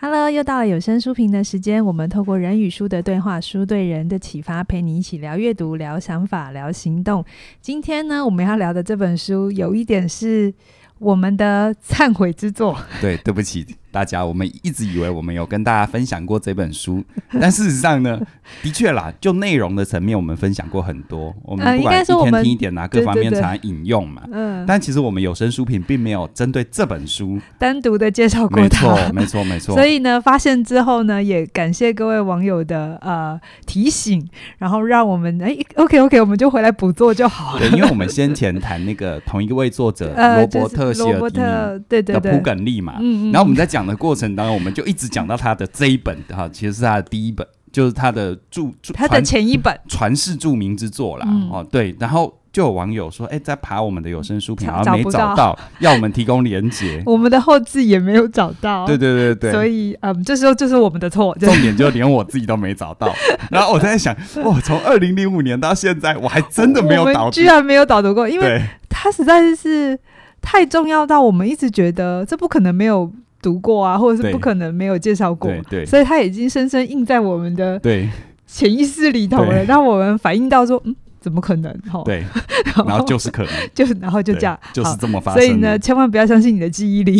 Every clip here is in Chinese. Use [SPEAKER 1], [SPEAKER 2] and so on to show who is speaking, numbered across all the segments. [SPEAKER 1] Hello，又到了有声书评的时间。我们透过人与书的对话，书对人的启发，陪你一起聊阅读、聊想法、聊行动。今天呢，我们要聊的这本书有一点是我们的忏悔之作。
[SPEAKER 2] 对，对不起大家，我们一直以为我们有跟大家分享过这本书， 但事实上呢， 的确啦，就内容的层面，我们分享过很多，
[SPEAKER 1] 呃
[SPEAKER 2] 我们不
[SPEAKER 1] 应
[SPEAKER 2] 管
[SPEAKER 1] 该
[SPEAKER 2] 一
[SPEAKER 1] 说我
[SPEAKER 2] 天
[SPEAKER 1] 们
[SPEAKER 2] 听一点啊，
[SPEAKER 1] 对
[SPEAKER 2] 各方
[SPEAKER 1] 对
[SPEAKER 2] 面
[SPEAKER 1] 对
[SPEAKER 2] 常引用嘛。
[SPEAKER 1] 嗯，
[SPEAKER 2] 但其实我们有声书评并没有针对这本书，
[SPEAKER 1] 单独的介绍过
[SPEAKER 2] 没
[SPEAKER 1] 它。
[SPEAKER 2] 错，没错，没错
[SPEAKER 1] 所。以呢，发现之后呢，也感谢各位网友的呃提醒，然后让我们哎，OK OK，我们就回来补做就好了。
[SPEAKER 2] 对，因为我们先前谈那个同一个位作者
[SPEAKER 1] 呃，
[SPEAKER 2] 罗
[SPEAKER 1] 就
[SPEAKER 2] 伯
[SPEAKER 1] 是
[SPEAKER 2] 特·希
[SPEAKER 1] 罗伯
[SPEAKER 2] 尔迪尼
[SPEAKER 1] 特，对对
[SPEAKER 2] 的
[SPEAKER 1] 对，
[SPEAKER 2] 普梗力嘛，
[SPEAKER 1] 嗯嗯，
[SPEAKER 2] 然后我们在讲的过程当中，我们就一直讲到他的这一本哈，其实是他的第一本，就是他的著著
[SPEAKER 1] 他的
[SPEAKER 2] 传
[SPEAKER 1] 前一 本
[SPEAKER 2] 传世著名之作啦。
[SPEAKER 1] 嗯
[SPEAKER 2] 哦，对，然后就有网友说，哎，在爬我们的有声书评，
[SPEAKER 1] 找
[SPEAKER 2] 然后没
[SPEAKER 1] 找不
[SPEAKER 2] 找
[SPEAKER 1] 到。
[SPEAKER 2] 到，要我们提供连结
[SPEAKER 1] 我们的后置也没有找到，
[SPEAKER 2] 对对对对，
[SPEAKER 1] 所以嗯，这时候就是我们的错，就
[SPEAKER 2] 重点就连我自己都没找到。 然后我在想，哇，从二零零五年到现在，我还真的没有
[SPEAKER 1] 我
[SPEAKER 2] 导
[SPEAKER 1] 们
[SPEAKER 2] 读
[SPEAKER 1] 居。然没有导读过，因为
[SPEAKER 2] 对
[SPEAKER 1] 它实在是太重要到我们一直觉得这不可能没有读过啊，或者是
[SPEAKER 2] 对
[SPEAKER 1] 不可能没有介绍过
[SPEAKER 2] 对，对
[SPEAKER 1] 所以它已经深深印在我们的
[SPEAKER 2] 对
[SPEAKER 1] 潜意识里头了，
[SPEAKER 2] 对
[SPEAKER 1] 让我们反应到说，嗯，怎么可能？哈，
[SPEAKER 2] 对，
[SPEAKER 1] 然
[SPEAKER 2] 然后就是可能，
[SPEAKER 1] 就 然后就
[SPEAKER 2] 对
[SPEAKER 1] 这样，
[SPEAKER 2] 就是
[SPEAKER 1] 好
[SPEAKER 2] 这么发
[SPEAKER 1] 所以
[SPEAKER 2] 生
[SPEAKER 1] 呢，
[SPEAKER 2] 的。
[SPEAKER 1] 千万不要相信你的记忆 力，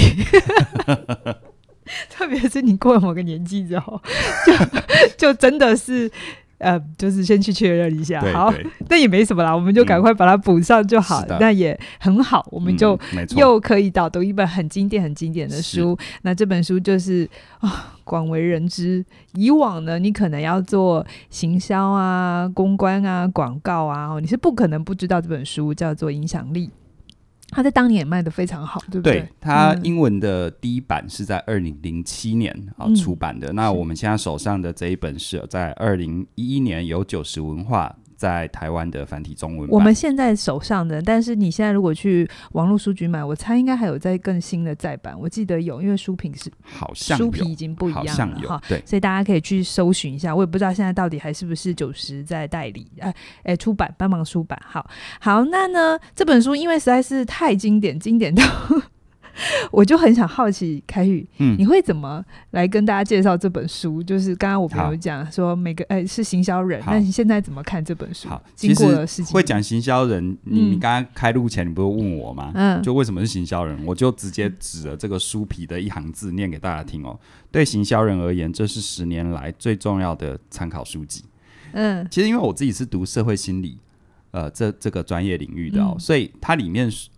[SPEAKER 1] 特别是你过了某个年纪之后，就就 真的是。呃，就是先去确认一下，
[SPEAKER 2] 对
[SPEAKER 1] 好，
[SPEAKER 2] 对，嗯
[SPEAKER 1] 那也没什么啦，我们就赶快把它补上就好
[SPEAKER 2] 是，的
[SPEAKER 1] 那也很好，我们
[SPEAKER 2] 嗯
[SPEAKER 1] 就
[SPEAKER 2] 没错
[SPEAKER 1] 又可以导读一本很经典、很经典的
[SPEAKER 2] 是
[SPEAKER 1] 书。那这本书就是啊，广为人知。以往呢，你可能要做行销啊、公关啊、广告啊，哦你是不可能不知道这本书叫做《影响力》。它在当年也卖的非常好，对不对？
[SPEAKER 2] 对，它
[SPEAKER 1] 嗯
[SPEAKER 2] 英文的第一版是在二零零七年啊、
[SPEAKER 1] 嗯
[SPEAKER 2] 出版的。那
[SPEAKER 1] 是
[SPEAKER 2] 我们现在手上的这一本是在二零一一年由九十文化在台湾的繁体中文版。
[SPEAKER 1] 我们现在手上的，但是你现在如果去网络书局买，我猜应该还有在更新的再版，我记得有，因为书评是
[SPEAKER 2] 好像
[SPEAKER 1] 书皮已
[SPEAKER 2] 有，
[SPEAKER 1] 经不一
[SPEAKER 2] 好
[SPEAKER 1] 样
[SPEAKER 2] 像
[SPEAKER 1] 了
[SPEAKER 2] 有
[SPEAKER 1] 哈。，
[SPEAKER 2] 对
[SPEAKER 1] 所以大家可以去搜寻一下，我也不知道现在到底还是不是九十在代理，哎、哎、出版帮忙出版。好好，那呢这本书因为实在是太经典，经典到 我就很想好奇，凯宇，
[SPEAKER 2] 嗯
[SPEAKER 1] 你会怎么来跟大家介绍这本书？就是刚刚我朋
[SPEAKER 2] 好
[SPEAKER 1] 友讲说每个哎、是行销人，
[SPEAKER 2] 好
[SPEAKER 1] 那你现在怎么看这本书
[SPEAKER 2] 好？
[SPEAKER 1] 经
[SPEAKER 2] 其
[SPEAKER 1] 过
[SPEAKER 2] 实
[SPEAKER 1] 了十几
[SPEAKER 2] 会
[SPEAKER 1] 年，
[SPEAKER 2] 讲行销人。你、
[SPEAKER 1] 嗯
[SPEAKER 2] 你刚刚开录前，你不是问我吗？
[SPEAKER 1] 嗯
[SPEAKER 2] 就为什么是行销人，我就直接指了这个书皮的一行字念给大家听哦。对行销人而言，这是十年来最重要的参考书籍。
[SPEAKER 1] 嗯
[SPEAKER 2] 其实因为我自己是读社会心理，呃，这这个专业领域的哦，
[SPEAKER 1] 嗯
[SPEAKER 2] 所以它里面所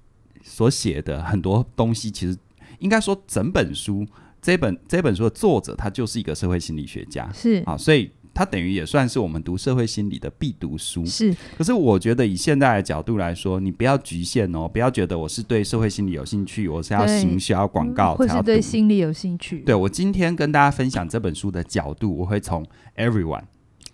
[SPEAKER 2] 所写的很多东西，其实应该说整本书这本这本书的作者他就是一个社会心理学家
[SPEAKER 1] 是
[SPEAKER 2] 啊，所以他等于也算是我们读社会心理的必读书。
[SPEAKER 1] 是
[SPEAKER 2] 可是我觉得以现在的角度来说，你不要局限哦，不要觉得我是对社会心理有兴趣，我是要
[SPEAKER 1] 对嗯
[SPEAKER 2] 行销广告
[SPEAKER 1] 或
[SPEAKER 2] 才
[SPEAKER 1] 是
[SPEAKER 2] 要
[SPEAKER 1] 对
[SPEAKER 2] 读。
[SPEAKER 1] 心理有兴趣，
[SPEAKER 2] 对我今天跟大家分享这本书的角度，我会从 everyone。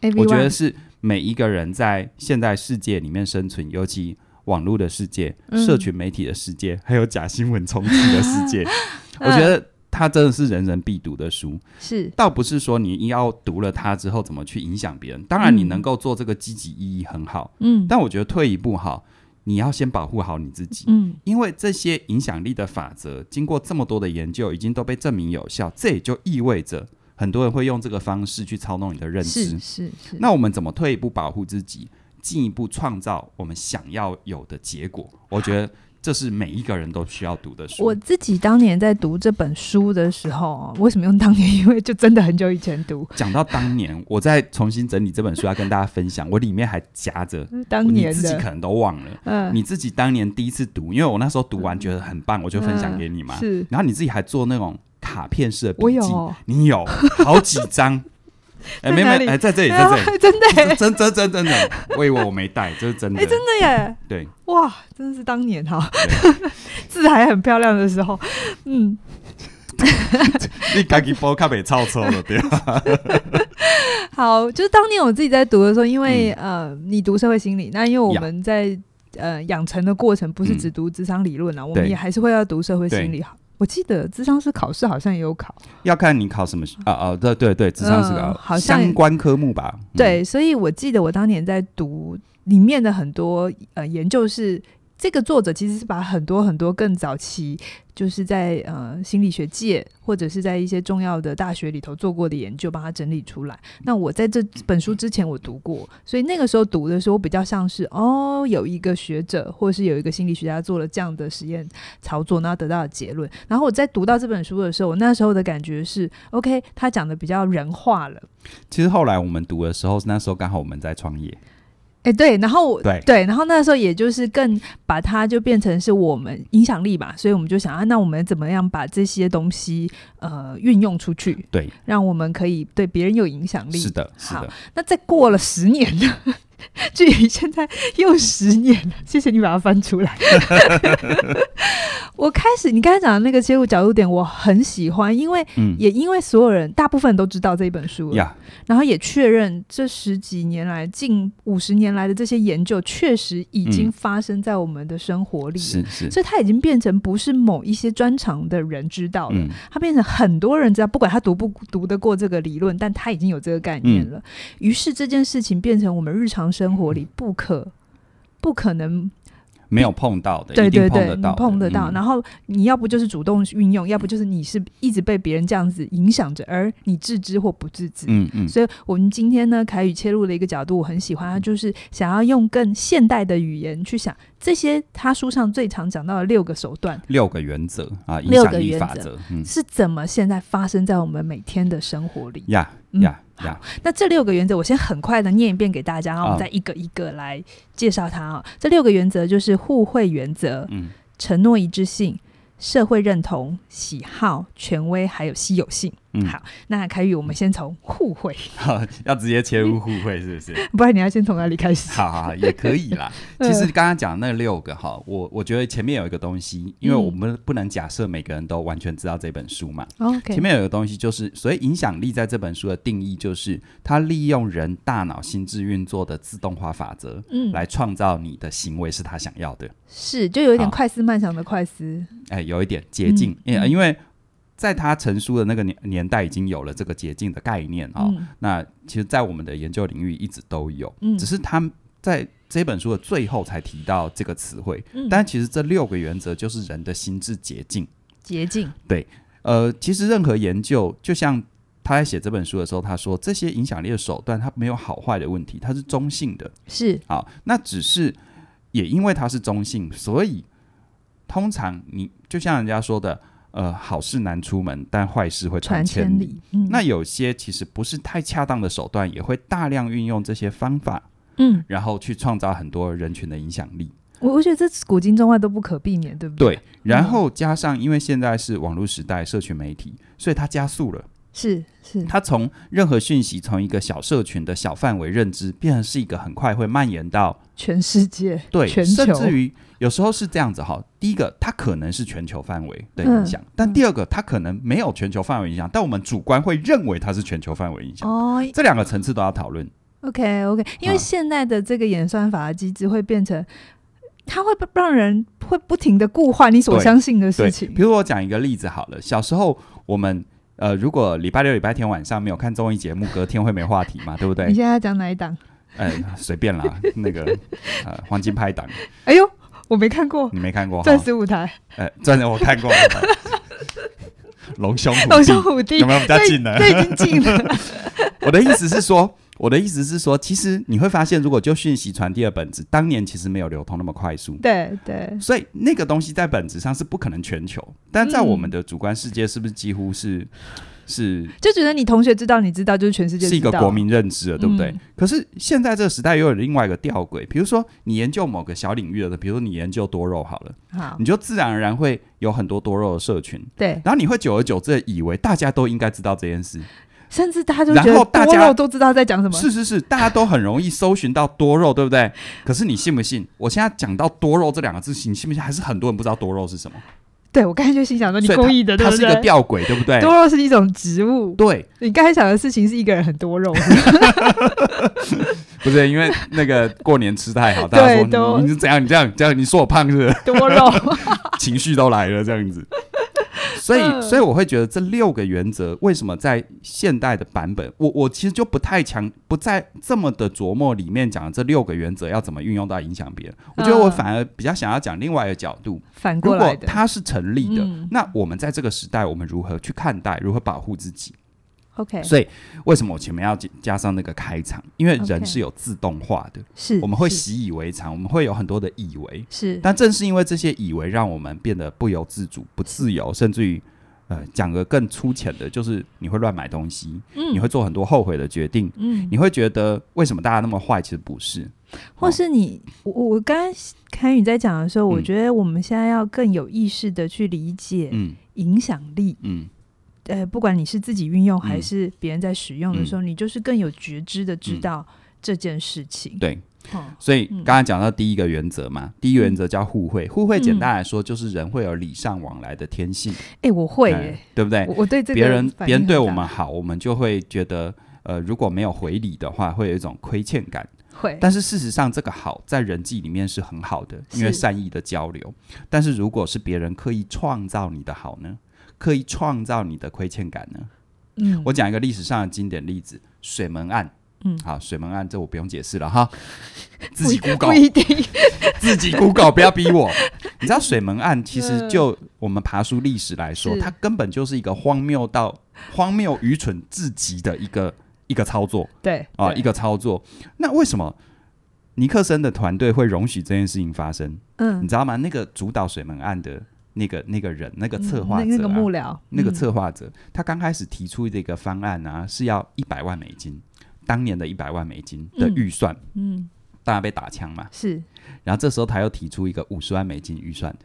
[SPEAKER 1] everyone，
[SPEAKER 2] 我觉得是每一个人在现代世界里面生存，尤其网络的世界、
[SPEAKER 1] 嗯
[SPEAKER 2] 社群媒体的世界，还有假新闻充斥的世界， 我觉得它真的是人人必读的书。
[SPEAKER 1] 是
[SPEAKER 2] 倒不是说你要读了它之后怎么去影响别人，当然你
[SPEAKER 1] 嗯
[SPEAKER 2] 能够做这个积极意义很好，
[SPEAKER 1] 嗯
[SPEAKER 2] 但我觉得退一步哈，你要先保护好你自己。
[SPEAKER 1] 嗯
[SPEAKER 2] 因为这些影响力的法则，经过这么多的研究，已经都被证明有效。这也就意味着，很多人会用这个方式去操弄你的认知。
[SPEAKER 1] 是是是，
[SPEAKER 2] 那我们怎么退一步保护自己，进一步创造我们想要有的结果？我觉得这是每一个人都需要读的书。
[SPEAKER 1] 我自己当年在读这本书的时候，为什么用当年？因为就真的很久以前读，
[SPEAKER 2] 讲到当年，我再重新整理这本书，要跟大家分享。我里面还夹着
[SPEAKER 1] 当
[SPEAKER 2] 你
[SPEAKER 1] 年
[SPEAKER 2] 自己可
[SPEAKER 1] 的，
[SPEAKER 2] 能都忘了，
[SPEAKER 1] 嗯，
[SPEAKER 2] 你自己当年第一次读，因为我那时候读完觉得很棒，我就分享给你嘛。
[SPEAKER 1] 嗯是
[SPEAKER 2] 然后你自己还做那种卡片式的
[SPEAKER 1] 我
[SPEAKER 2] 笔记，
[SPEAKER 1] 有，
[SPEAKER 2] 你有好几张。哎，
[SPEAKER 1] 在
[SPEAKER 2] 没
[SPEAKER 1] 哪
[SPEAKER 2] 没
[SPEAKER 1] 里
[SPEAKER 2] 哎，在这里，在这里，
[SPEAKER 1] 哎真的耶，
[SPEAKER 2] 真真真真的，我以为我没带，这是真的
[SPEAKER 1] 哎，，真的耶，
[SPEAKER 2] 对。
[SPEAKER 1] 哇，真的是当年哈， 字还很漂亮的时候，嗯，
[SPEAKER 2] 你家己包较袂臭臭了，对吧？
[SPEAKER 1] 好，就是当年我自己在读的时候，因为呃，你读社会心理，那因为我
[SPEAKER 2] 嗯呀
[SPEAKER 1] 们在呃养成的过程不是
[SPEAKER 2] 嗯
[SPEAKER 1] 只读智商理论啊，我们
[SPEAKER 2] 对
[SPEAKER 1] 也还是会要读社会
[SPEAKER 2] 对
[SPEAKER 1] 心理。我记得智商是考试好像也有考。
[SPEAKER 2] 要看你考什么啊啊，对对对，智商是个、
[SPEAKER 1] 嗯好像
[SPEAKER 2] 相关科目吧？嗯，
[SPEAKER 1] 对，所以我记得我当年在读里面的很多呃研究是这个作者其实是把很多很多更早期，就是在呃心理学界或者是在一些重要的大学里头做过的研究，把它整理出来。那我在这本书之前我读过，所以那个时候读的时候，我比较像是哦，有一个学者或是有一个心理学家做了这样的实验操作，然后得到的结论。然后我在读到这本书的时候，我那时候的感觉是，OK，他讲的比较人化了。
[SPEAKER 2] 其实后来我们读的时候，那时候刚好我们在创业，
[SPEAKER 1] 哎、对，然后我
[SPEAKER 2] 对
[SPEAKER 1] 然后那时候也就是更把它就变成是我们影响力吧，所以我们就想啊，那我们怎么样把这些东西呃运用出去，
[SPEAKER 2] 对，
[SPEAKER 1] 让我们可以对别人有影响力。
[SPEAKER 2] 是的，是的，
[SPEAKER 1] 那再过了 十年呢？距离现在又十年了，谢谢你把它翻出来。 我开始你刚才讲的那个切入角度点，我很喜欢，因为
[SPEAKER 2] 嗯，
[SPEAKER 1] 也因为所有人大部分都知道这本书了，
[SPEAKER 2] 呀，
[SPEAKER 1] 然后也确认这十几年来、近五十年来的这些研究，确实已经
[SPEAKER 2] 嗯
[SPEAKER 1] 发生在我们的生活里了。
[SPEAKER 2] 是是，
[SPEAKER 1] 所以它已经变成不是某一些专长的人知道了，
[SPEAKER 2] 嗯，
[SPEAKER 1] 它变成很多人知道，不管他读不读得过这个理论，但他已经有这个概念
[SPEAKER 2] 嗯
[SPEAKER 1] 了。于是这件事情变成我们日常生活里不可不可能，
[SPEAKER 2] 没有碰到的，
[SPEAKER 1] 对
[SPEAKER 2] 一定
[SPEAKER 1] 对
[SPEAKER 2] 碰
[SPEAKER 1] 对，
[SPEAKER 2] 得
[SPEAKER 1] 你
[SPEAKER 2] 到的，
[SPEAKER 1] 碰得到。
[SPEAKER 2] 嗯
[SPEAKER 1] 然后你要不就是主动运用，要不就是你是一直被别人这样子影响着，而你自知或不自知。
[SPEAKER 2] 嗯嗯，
[SPEAKER 1] 所以我们今天呢，凯宇切入了一个角度，我很喜欢，他就是想要用更现代的语言去想这些他书上最常讲到的六个手段
[SPEAKER 2] 六个原则啊，影
[SPEAKER 1] 六
[SPEAKER 2] 响
[SPEAKER 1] 个
[SPEAKER 2] 力
[SPEAKER 1] 原
[SPEAKER 2] 法
[SPEAKER 1] 则
[SPEAKER 2] 则，嗯，
[SPEAKER 1] 是怎么现在发生在我们每天的生活里。
[SPEAKER 2] 呀
[SPEAKER 1] 嗯
[SPEAKER 2] 呀呀，
[SPEAKER 1] 那这六个原则，我先很快的念一遍给大家，然后我们
[SPEAKER 2] 啊
[SPEAKER 1] 再一个一个来介绍它啊、这六个原则就是互惠原则、
[SPEAKER 2] 嗯
[SPEAKER 1] 承诺一致性、社会认同、喜好、权威，还有稀有性。
[SPEAKER 2] 嗯，
[SPEAKER 1] 好，那凯宇，我们先从互惠，
[SPEAKER 2] 好，要直接切入互惠是不是？
[SPEAKER 1] 不然你要先从哪里开始？
[SPEAKER 2] 好好好，也可以 啦。
[SPEAKER 1] 嗯
[SPEAKER 2] 其实刚刚讲那六个哈，我我觉得前面有一个东西，因
[SPEAKER 1] 嗯
[SPEAKER 2] 为我们不能假设每个人都完全知道这本书嘛。
[SPEAKER 1] ，OK，
[SPEAKER 2] 前面有一个东西就是，所以影响力在这本书的定义就是，它利用人大脑心智运作的自动化法则。
[SPEAKER 1] 嗯
[SPEAKER 2] 来创造你的行为是他想要的，
[SPEAKER 1] 是，就有一点
[SPEAKER 2] 好
[SPEAKER 1] 快思慢想的快思，
[SPEAKER 2] 哎，有一点捷径，
[SPEAKER 1] 嗯
[SPEAKER 2] 因
[SPEAKER 1] 嗯
[SPEAKER 2] 因为在他成书的那个年年代已经有了这个捷径的概念啊、
[SPEAKER 1] 嗯
[SPEAKER 2] 那其实，在我们的研究领域一直都有，
[SPEAKER 1] 嗯
[SPEAKER 2] 只是他们在这本书的最后才提到这个词汇。
[SPEAKER 1] 嗯，
[SPEAKER 2] 但其实这六个原则就是人的心智捷径。
[SPEAKER 1] 捷径，
[SPEAKER 2] 呃，其实任何研究，就像他在写这本书的时候，他说这些影响力的手段，它没有好坏的问题，它是中性的。
[SPEAKER 1] 是
[SPEAKER 2] 好，那只是也因为它是中性，所以通常你就像人家说的，呃，好事难出门，但坏事会
[SPEAKER 1] 传
[SPEAKER 2] 传
[SPEAKER 1] 千
[SPEAKER 2] 千
[SPEAKER 1] 里，嗯，
[SPEAKER 2] 那有些其实不是太恰当的手段，也会大量运用这些方法，
[SPEAKER 1] 嗯，
[SPEAKER 2] 然后去创造很多人群的影响力。
[SPEAKER 1] 我我觉得这古今中外都不可避免，对不对？
[SPEAKER 2] 对，然后加上因为现在是网络时代，社群媒体，所以它加速了。
[SPEAKER 1] 是是，
[SPEAKER 2] 它从任何讯息从一个小社群的小范围认知，变成是一个很快会蔓延到
[SPEAKER 1] 全世界，
[SPEAKER 2] 对，
[SPEAKER 1] 全
[SPEAKER 2] 甚
[SPEAKER 1] 球，
[SPEAKER 2] 至于有时候是这样子哈。第一个，它可能是全球范围的
[SPEAKER 1] 嗯
[SPEAKER 2] 影响，但第二个，它可能没有全球范围影响，但我们主观会认为它是全球范围影响。
[SPEAKER 1] 哦
[SPEAKER 2] 这两个层次都要讨论。
[SPEAKER 1] ，OK OK，因为
[SPEAKER 2] 啊
[SPEAKER 1] 现在的这个演算法的机制会变成，它会不让人会不停的固化你所
[SPEAKER 2] 对
[SPEAKER 1] 相信的事
[SPEAKER 2] 对，
[SPEAKER 1] 情
[SPEAKER 2] 比，如我讲一个例子好了，小时候我们呃，如果礼拜六、礼拜天晚上没有看综艺节目，隔天会没话题嘛，对不
[SPEAKER 1] 你
[SPEAKER 2] 对？
[SPEAKER 1] 现在要讲哪一档？
[SPEAKER 2] 呃，随便啦，那个呃，黄金拍档
[SPEAKER 1] 哎呦，我没看过。
[SPEAKER 2] 你没看过哈
[SPEAKER 1] 钻？石舞台，
[SPEAKER 2] 呃，钻石我看过， 龙兄虎
[SPEAKER 1] 龙
[SPEAKER 2] 弟
[SPEAKER 1] 兄虎弟
[SPEAKER 2] 嗯有，没有比较近呢？
[SPEAKER 1] 这已经近了。
[SPEAKER 2] 我的意思是说，我的意思是说，其实你会发现，如果就讯息传递的本质，当年其实没有流通那么快速，
[SPEAKER 1] 对对，
[SPEAKER 2] 所以那个东西在本质上是不可能全球，但在
[SPEAKER 1] 嗯
[SPEAKER 2] 我们的主观世界，是不是几乎是是
[SPEAKER 1] 就觉得你同学知道，你知道，就是全世界
[SPEAKER 2] 是一
[SPEAKER 1] 知
[SPEAKER 2] 个
[SPEAKER 1] 道
[SPEAKER 2] 国民认知了，对不对？
[SPEAKER 1] 嗯
[SPEAKER 2] 可是现在这个时代又有另外一个吊诡，比如说你研究某个小领域的，比如说你研究多肉好了，
[SPEAKER 1] 好
[SPEAKER 2] 你，就自然而然会有很多多肉的社群。
[SPEAKER 1] 哦对，
[SPEAKER 2] 然后你会久而久之地以为大家都应该知道这件事，
[SPEAKER 1] 甚至大家就
[SPEAKER 2] 然
[SPEAKER 1] 觉得
[SPEAKER 2] 后大
[SPEAKER 1] 多
[SPEAKER 2] 家
[SPEAKER 1] 肉都知道在讲什么。
[SPEAKER 2] 是是是，大家都很容易搜寻到多肉，对不对？可是你信不信？我现在讲到多肉这两个字，你信不信？还是很多人不知道多肉是什么？
[SPEAKER 1] 对我刚才就心想说哦你
[SPEAKER 2] 所以
[SPEAKER 1] 故
[SPEAKER 2] 它
[SPEAKER 1] 意的，对
[SPEAKER 2] 它
[SPEAKER 1] 不
[SPEAKER 2] 是一个
[SPEAKER 1] 对？
[SPEAKER 2] 吊诡，对不对？
[SPEAKER 1] 多肉是一种植物，
[SPEAKER 2] 对，
[SPEAKER 1] 你刚才想的事情是一个人很 多肉，
[SPEAKER 2] 不是因为那个过年吃太 好，大家
[SPEAKER 1] 对
[SPEAKER 2] 说
[SPEAKER 1] 都
[SPEAKER 2] 你 你是怎样？你这样这样，你说我胖是不是？
[SPEAKER 1] 多肉。
[SPEAKER 2] 情绪都来了，这样子。所
[SPEAKER 1] 嗯
[SPEAKER 2] 以，所以我会觉得这六个原则为什么在现代的版本，我我其实就不太强，不再这么的琢磨里面讲这六个原则要怎么运用到影响别人。
[SPEAKER 1] 嗯
[SPEAKER 2] 我觉得我反而比较想要讲另外一个角度，
[SPEAKER 1] 反
[SPEAKER 2] 如
[SPEAKER 1] 过
[SPEAKER 2] 果
[SPEAKER 1] 来嗯的。
[SPEAKER 2] 它是成立的，
[SPEAKER 1] 嗯
[SPEAKER 2] 那我们在这个时代，我们如何去看待，如何保护自己？
[SPEAKER 1] OK，
[SPEAKER 2] 所以，为什么我前面要加加上那个开场？因为人
[SPEAKER 1] OK
[SPEAKER 2] 是有自动化的，
[SPEAKER 1] 是
[SPEAKER 2] 我们会
[SPEAKER 1] 是
[SPEAKER 2] 习以为常，我们会有很多的以为。
[SPEAKER 1] 是
[SPEAKER 2] 但正是因为这些以为，让我们变得不由自主、不自由，甚至于，呃，讲个更粗浅的，就是你会乱买东西，
[SPEAKER 1] 嗯
[SPEAKER 2] 你会做很多后悔的决定，
[SPEAKER 1] 嗯
[SPEAKER 2] 你会觉得为什么大家那么坏？其实不是，
[SPEAKER 1] 或是你，我我我刚刚凯宇在讲的时候，我
[SPEAKER 2] 嗯
[SPEAKER 1] 觉得我们现在要更有意识的去理解
[SPEAKER 2] 嗯
[SPEAKER 1] 影响力。
[SPEAKER 2] 嗯
[SPEAKER 1] 呃，不管你是自己运用还
[SPEAKER 2] 嗯嗯
[SPEAKER 1] 是别人在使用的时候，你就是更有觉知的知道这件事情。
[SPEAKER 2] 对。
[SPEAKER 1] 哦，
[SPEAKER 2] 所以
[SPEAKER 1] 嗯
[SPEAKER 2] 刚才讲到第一个原则嘛，第一原则叫互惠。互惠简
[SPEAKER 1] 嗯
[SPEAKER 2] 单来说，就是人会有礼尚往来的天性，
[SPEAKER 1] 哎，我会
[SPEAKER 2] 哎
[SPEAKER 1] 耶，
[SPEAKER 2] 对不对？
[SPEAKER 1] 我我对这个
[SPEAKER 2] 别人
[SPEAKER 1] 反应
[SPEAKER 2] 别人对
[SPEAKER 1] 很
[SPEAKER 2] 我
[SPEAKER 1] 大
[SPEAKER 2] 们好，我们就会觉得，呃，如果没有回礼的话，会有一种亏欠感。
[SPEAKER 1] 会，
[SPEAKER 2] 但是事实上，这个好在人际里面是很好的，因为
[SPEAKER 1] 是
[SPEAKER 2] 善意的交流。但是如果是别人刻意创造你的好呢？刻意创造你的亏欠感呢？
[SPEAKER 1] 嗯，
[SPEAKER 2] 我讲一个历史上的经典例子：水门案。
[SPEAKER 1] 嗯
[SPEAKER 2] 好，水门案这我不用解释 了哈，自己
[SPEAKER 1] 不一
[SPEAKER 2] Google，
[SPEAKER 1] 不一定
[SPEAKER 2] 自己 Google，不要 逼我。你知道水门案其实
[SPEAKER 1] 嗯
[SPEAKER 2] 就我们爬书历史来说，
[SPEAKER 1] 是
[SPEAKER 2] 它根本就是一个荒谬到荒谬、愚蠢至极的一个一个操作。
[SPEAKER 1] 对
[SPEAKER 2] 啊、
[SPEAKER 1] 对
[SPEAKER 2] 一个操作。那为什么尼克森的团队会容许这件事情发生？你
[SPEAKER 1] 嗯
[SPEAKER 2] 知道吗？那个主导水门案的那个那个人，那个策划者、啊
[SPEAKER 1] 嗯那那个幕僚，
[SPEAKER 2] 那个
[SPEAKER 1] 嗯
[SPEAKER 2] 策划者，他刚开始提出这个方案啊，是要一百万美金，当年的一百万美金的
[SPEAKER 1] 嗯
[SPEAKER 2] 预算，
[SPEAKER 1] 嗯
[SPEAKER 2] 当然被打枪嘛。
[SPEAKER 1] 是
[SPEAKER 2] 然后这时候他又提出一个五十万美金预算的，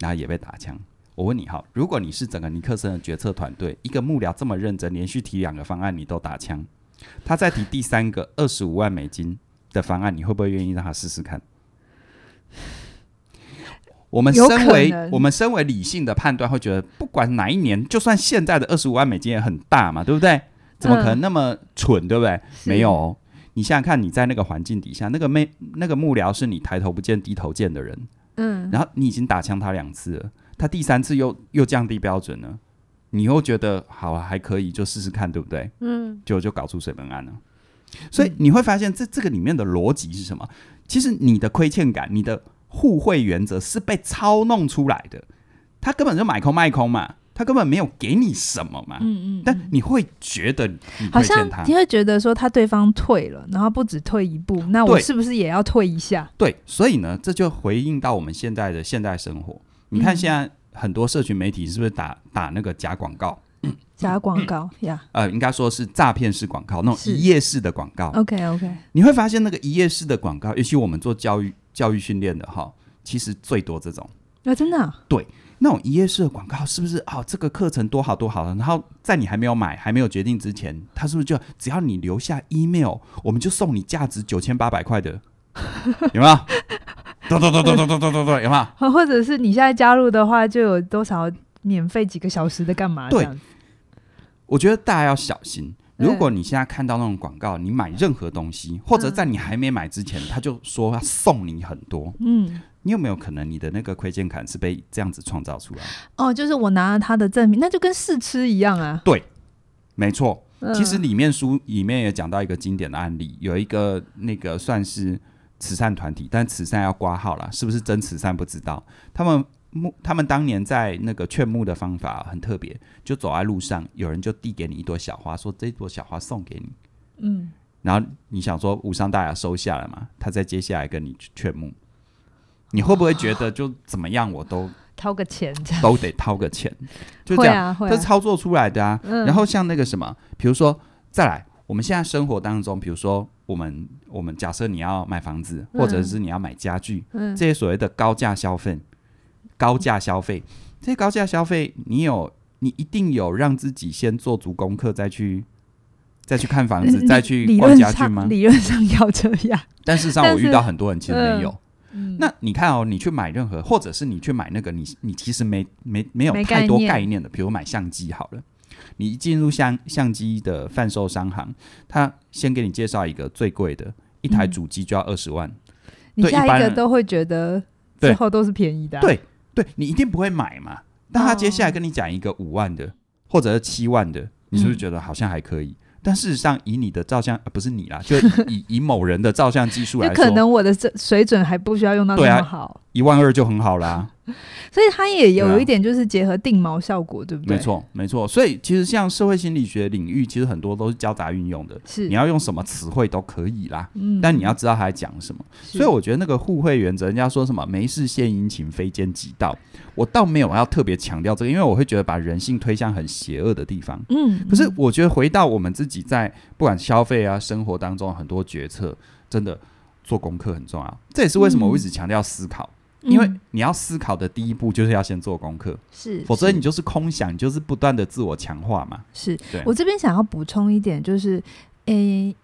[SPEAKER 2] 然后也被打枪。我问你哈，如果你是整个尼克森的决策团队，一个幕僚这么认真，连续提两个方案你都打枪，他再提第三个二十五万美金的方案，你会不会愿意让他试试看？我们
[SPEAKER 1] 有可
[SPEAKER 2] 身为
[SPEAKER 1] 能
[SPEAKER 2] 我们身为理性的判断，会觉得不管哪一年，就算现在的二十五万美金也很大嘛，对不对？怎
[SPEAKER 1] 嗯
[SPEAKER 2] 么可能那么蠢，对不对？
[SPEAKER 1] 是
[SPEAKER 2] 没有哦、你想想看，你在那个环境底下，那个妹那个幕僚是你抬头不见低头见的人，
[SPEAKER 1] 嗯
[SPEAKER 2] 然后你已经打枪他两次了，他第三次又又降低标准了，你又觉得好、啊、还可以，就试试看，对不对？
[SPEAKER 1] 嗯
[SPEAKER 2] 结果就搞出水门案了。所以你会发现这，这个里面的逻辑是什么？其实你的亏欠感、你的互惠原则是被操弄出来的，他根本就买空卖空嘛，他根本没有给你什么嘛。
[SPEAKER 1] 嗯嗯，
[SPEAKER 2] 啊但你会觉得你你
[SPEAKER 1] 好
[SPEAKER 2] 亏
[SPEAKER 1] 像
[SPEAKER 2] 欠他，
[SPEAKER 1] 你会觉得说他对方退了，然后不止退一步，那我
[SPEAKER 2] 对
[SPEAKER 1] 是不是也要退一下？
[SPEAKER 2] 对，所以呢，这就回应到我们现在的现代生活。你看
[SPEAKER 1] 嗯
[SPEAKER 2] 现在很多社群媒体是不是打打那个假广告？
[SPEAKER 1] 假广告呀
[SPEAKER 2] 呃，应该说是诈骗式广告，那
[SPEAKER 1] 是哦
[SPEAKER 2] 种一页式的广告。
[SPEAKER 1] ，OK OK，
[SPEAKER 2] 你会发现那个一页式的广告，尤其我们做教育教育训练的哈，其实最多这种
[SPEAKER 1] 那真的啊
[SPEAKER 2] 那种一页式的广告，是不是哦？这个课程多好多好，然后在你还没有买、还没有决定之前，他是不是就只要你留下 email，我们就送你价值九千八百块的，有没有？对对对对对对对对对，有没有？
[SPEAKER 1] 哦或者是你现在加入的话，就有多少免费几个小时的干嘛？
[SPEAKER 2] 对
[SPEAKER 1] 这样子，
[SPEAKER 2] 我觉得大家要小心。
[SPEAKER 1] 对
[SPEAKER 2] 如果你现在看到那种广告，你买任何东西，或者在你还没买之前，他就说要送你很多，
[SPEAKER 1] 嗯，
[SPEAKER 2] 你有没有可能你的那个亏欠感是被这样子创造出来的？
[SPEAKER 1] 哦，就是我拿了他的赠品，那就跟试吃一样啊。
[SPEAKER 2] 没错，其实
[SPEAKER 1] 嗯
[SPEAKER 2] 里面书里面也讲到一个经典的案例，有一个那个算是慈善团体，但慈善要挂号啦，是不是真慈善不知道。他们募，他们当年在那个劝募的方法很特别，就走在路上，有人就递给你一朵小花，说这朵小花送给你。
[SPEAKER 1] 嗯，
[SPEAKER 2] 然后你想说无伤大雅收下了嘛？他再接下来跟你去劝募，你会不会觉得就怎么样我都
[SPEAKER 1] 掏个钱这样，
[SPEAKER 2] 都得掏个钱？就这
[SPEAKER 1] 会
[SPEAKER 2] 样，
[SPEAKER 1] 啊会
[SPEAKER 2] 这
[SPEAKER 1] 啊
[SPEAKER 2] 是，操作出来的啊。
[SPEAKER 1] 嗯
[SPEAKER 2] 然后像那个什么，比如说再来，我们现在生活当中，比如说我们我们假设你要买房子，
[SPEAKER 1] 嗯
[SPEAKER 2] 或者是你要买家具，
[SPEAKER 1] 嗯
[SPEAKER 2] 这些所谓的高价消费，高价消费，这些高价消费，你有你一定有让自己先做足功课再去。再去看房子，
[SPEAKER 1] 理
[SPEAKER 2] 再去
[SPEAKER 1] 理
[SPEAKER 2] 逛
[SPEAKER 1] 论
[SPEAKER 2] 家具吗
[SPEAKER 1] 上？理论上要这样。
[SPEAKER 2] 但事实上，
[SPEAKER 1] 但
[SPEAKER 2] 我
[SPEAKER 1] 是
[SPEAKER 2] 遇到很多人其实没有。
[SPEAKER 1] 嗯，
[SPEAKER 2] 那你看哦，你去买任何，或者是你去买那个，你你其实没没没有
[SPEAKER 1] 没
[SPEAKER 2] 太多
[SPEAKER 1] 概念
[SPEAKER 2] 概念的，比如买相机好了，你一进入相相机的贩售商行，他先给你介绍一个最贵的，一台
[SPEAKER 1] 嗯
[SPEAKER 2] 主机就要二十万，
[SPEAKER 1] 你
[SPEAKER 2] 对一
[SPEAKER 1] 下一
[SPEAKER 2] 般
[SPEAKER 1] 个
[SPEAKER 2] 人
[SPEAKER 1] 都会觉得
[SPEAKER 2] 对
[SPEAKER 1] 最后都是便宜的啊、
[SPEAKER 2] 对对你一定不会买嘛。但他接下来跟你讲一个五万的，或者是七万的，你是不是觉得好像还可以？但事实上，以你的照相、呃不是你啦，就以 以某人的照相技术
[SPEAKER 1] 就
[SPEAKER 2] 来
[SPEAKER 1] 可
[SPEAKER 2] 说，
[SPEAKER 1] 能我的这水准还不需要用到
[SPEAKER 2] 对
[SPEAKER 1] 那
[SPEAKER 2] 啊
[SPEAKER 1] 么好，
[SPEAKER 2] 一万二就很好啦。
[SPEAKER 1] 所以它也有
[SPEAKER 2] 对啊
[SPEAKER 1] 一点就是结合定毛效果，对不对？
[SPEAKER 2] 没，错，没错。所以其实像社会心理学领域，其实很多都是交杂运用的，
[SPEAKER 1] 是
[SPEAKER 2] 你要用什么词汇都可以啦。
[SPEAKER 1] 嗯
[SPEAKER 2] 但你要知道他在讲什么，
[SPEAKER 1] 是
[SPEAKER 2] 所以我觉得那个互惠原则，人家说什么“没事献殷勤，非奸即盗”，我倒没有要特别强调这个，因为我会觉得把人性推向很邪恶的地方。
[SPEAKER 1] 嗯，
[SPEAKER 2] 可是
[SPEAKER 1] 嗯
[SPEAKER 2] 我觉得回到我们自己在不管消费啊、生活当中很多决策，真的做功课很重要。这也是为什么我一直强调思考，因为
[SPEAKER 1] 嗯
[SPEAKER 2] 你要思考的第一步就是要先做功课，
[SPEAKER 1] 是，
[SPEAKER 2] 否则
[SPEAKER 1] 是
[SPEAKER 2] 你就是空想，你就是不断的自我强化嘛。
[SPEAKER 1] 是
[SPEAKER 2] 对
[SPEAKER 1] 我这边想要补充一点，就是，诶、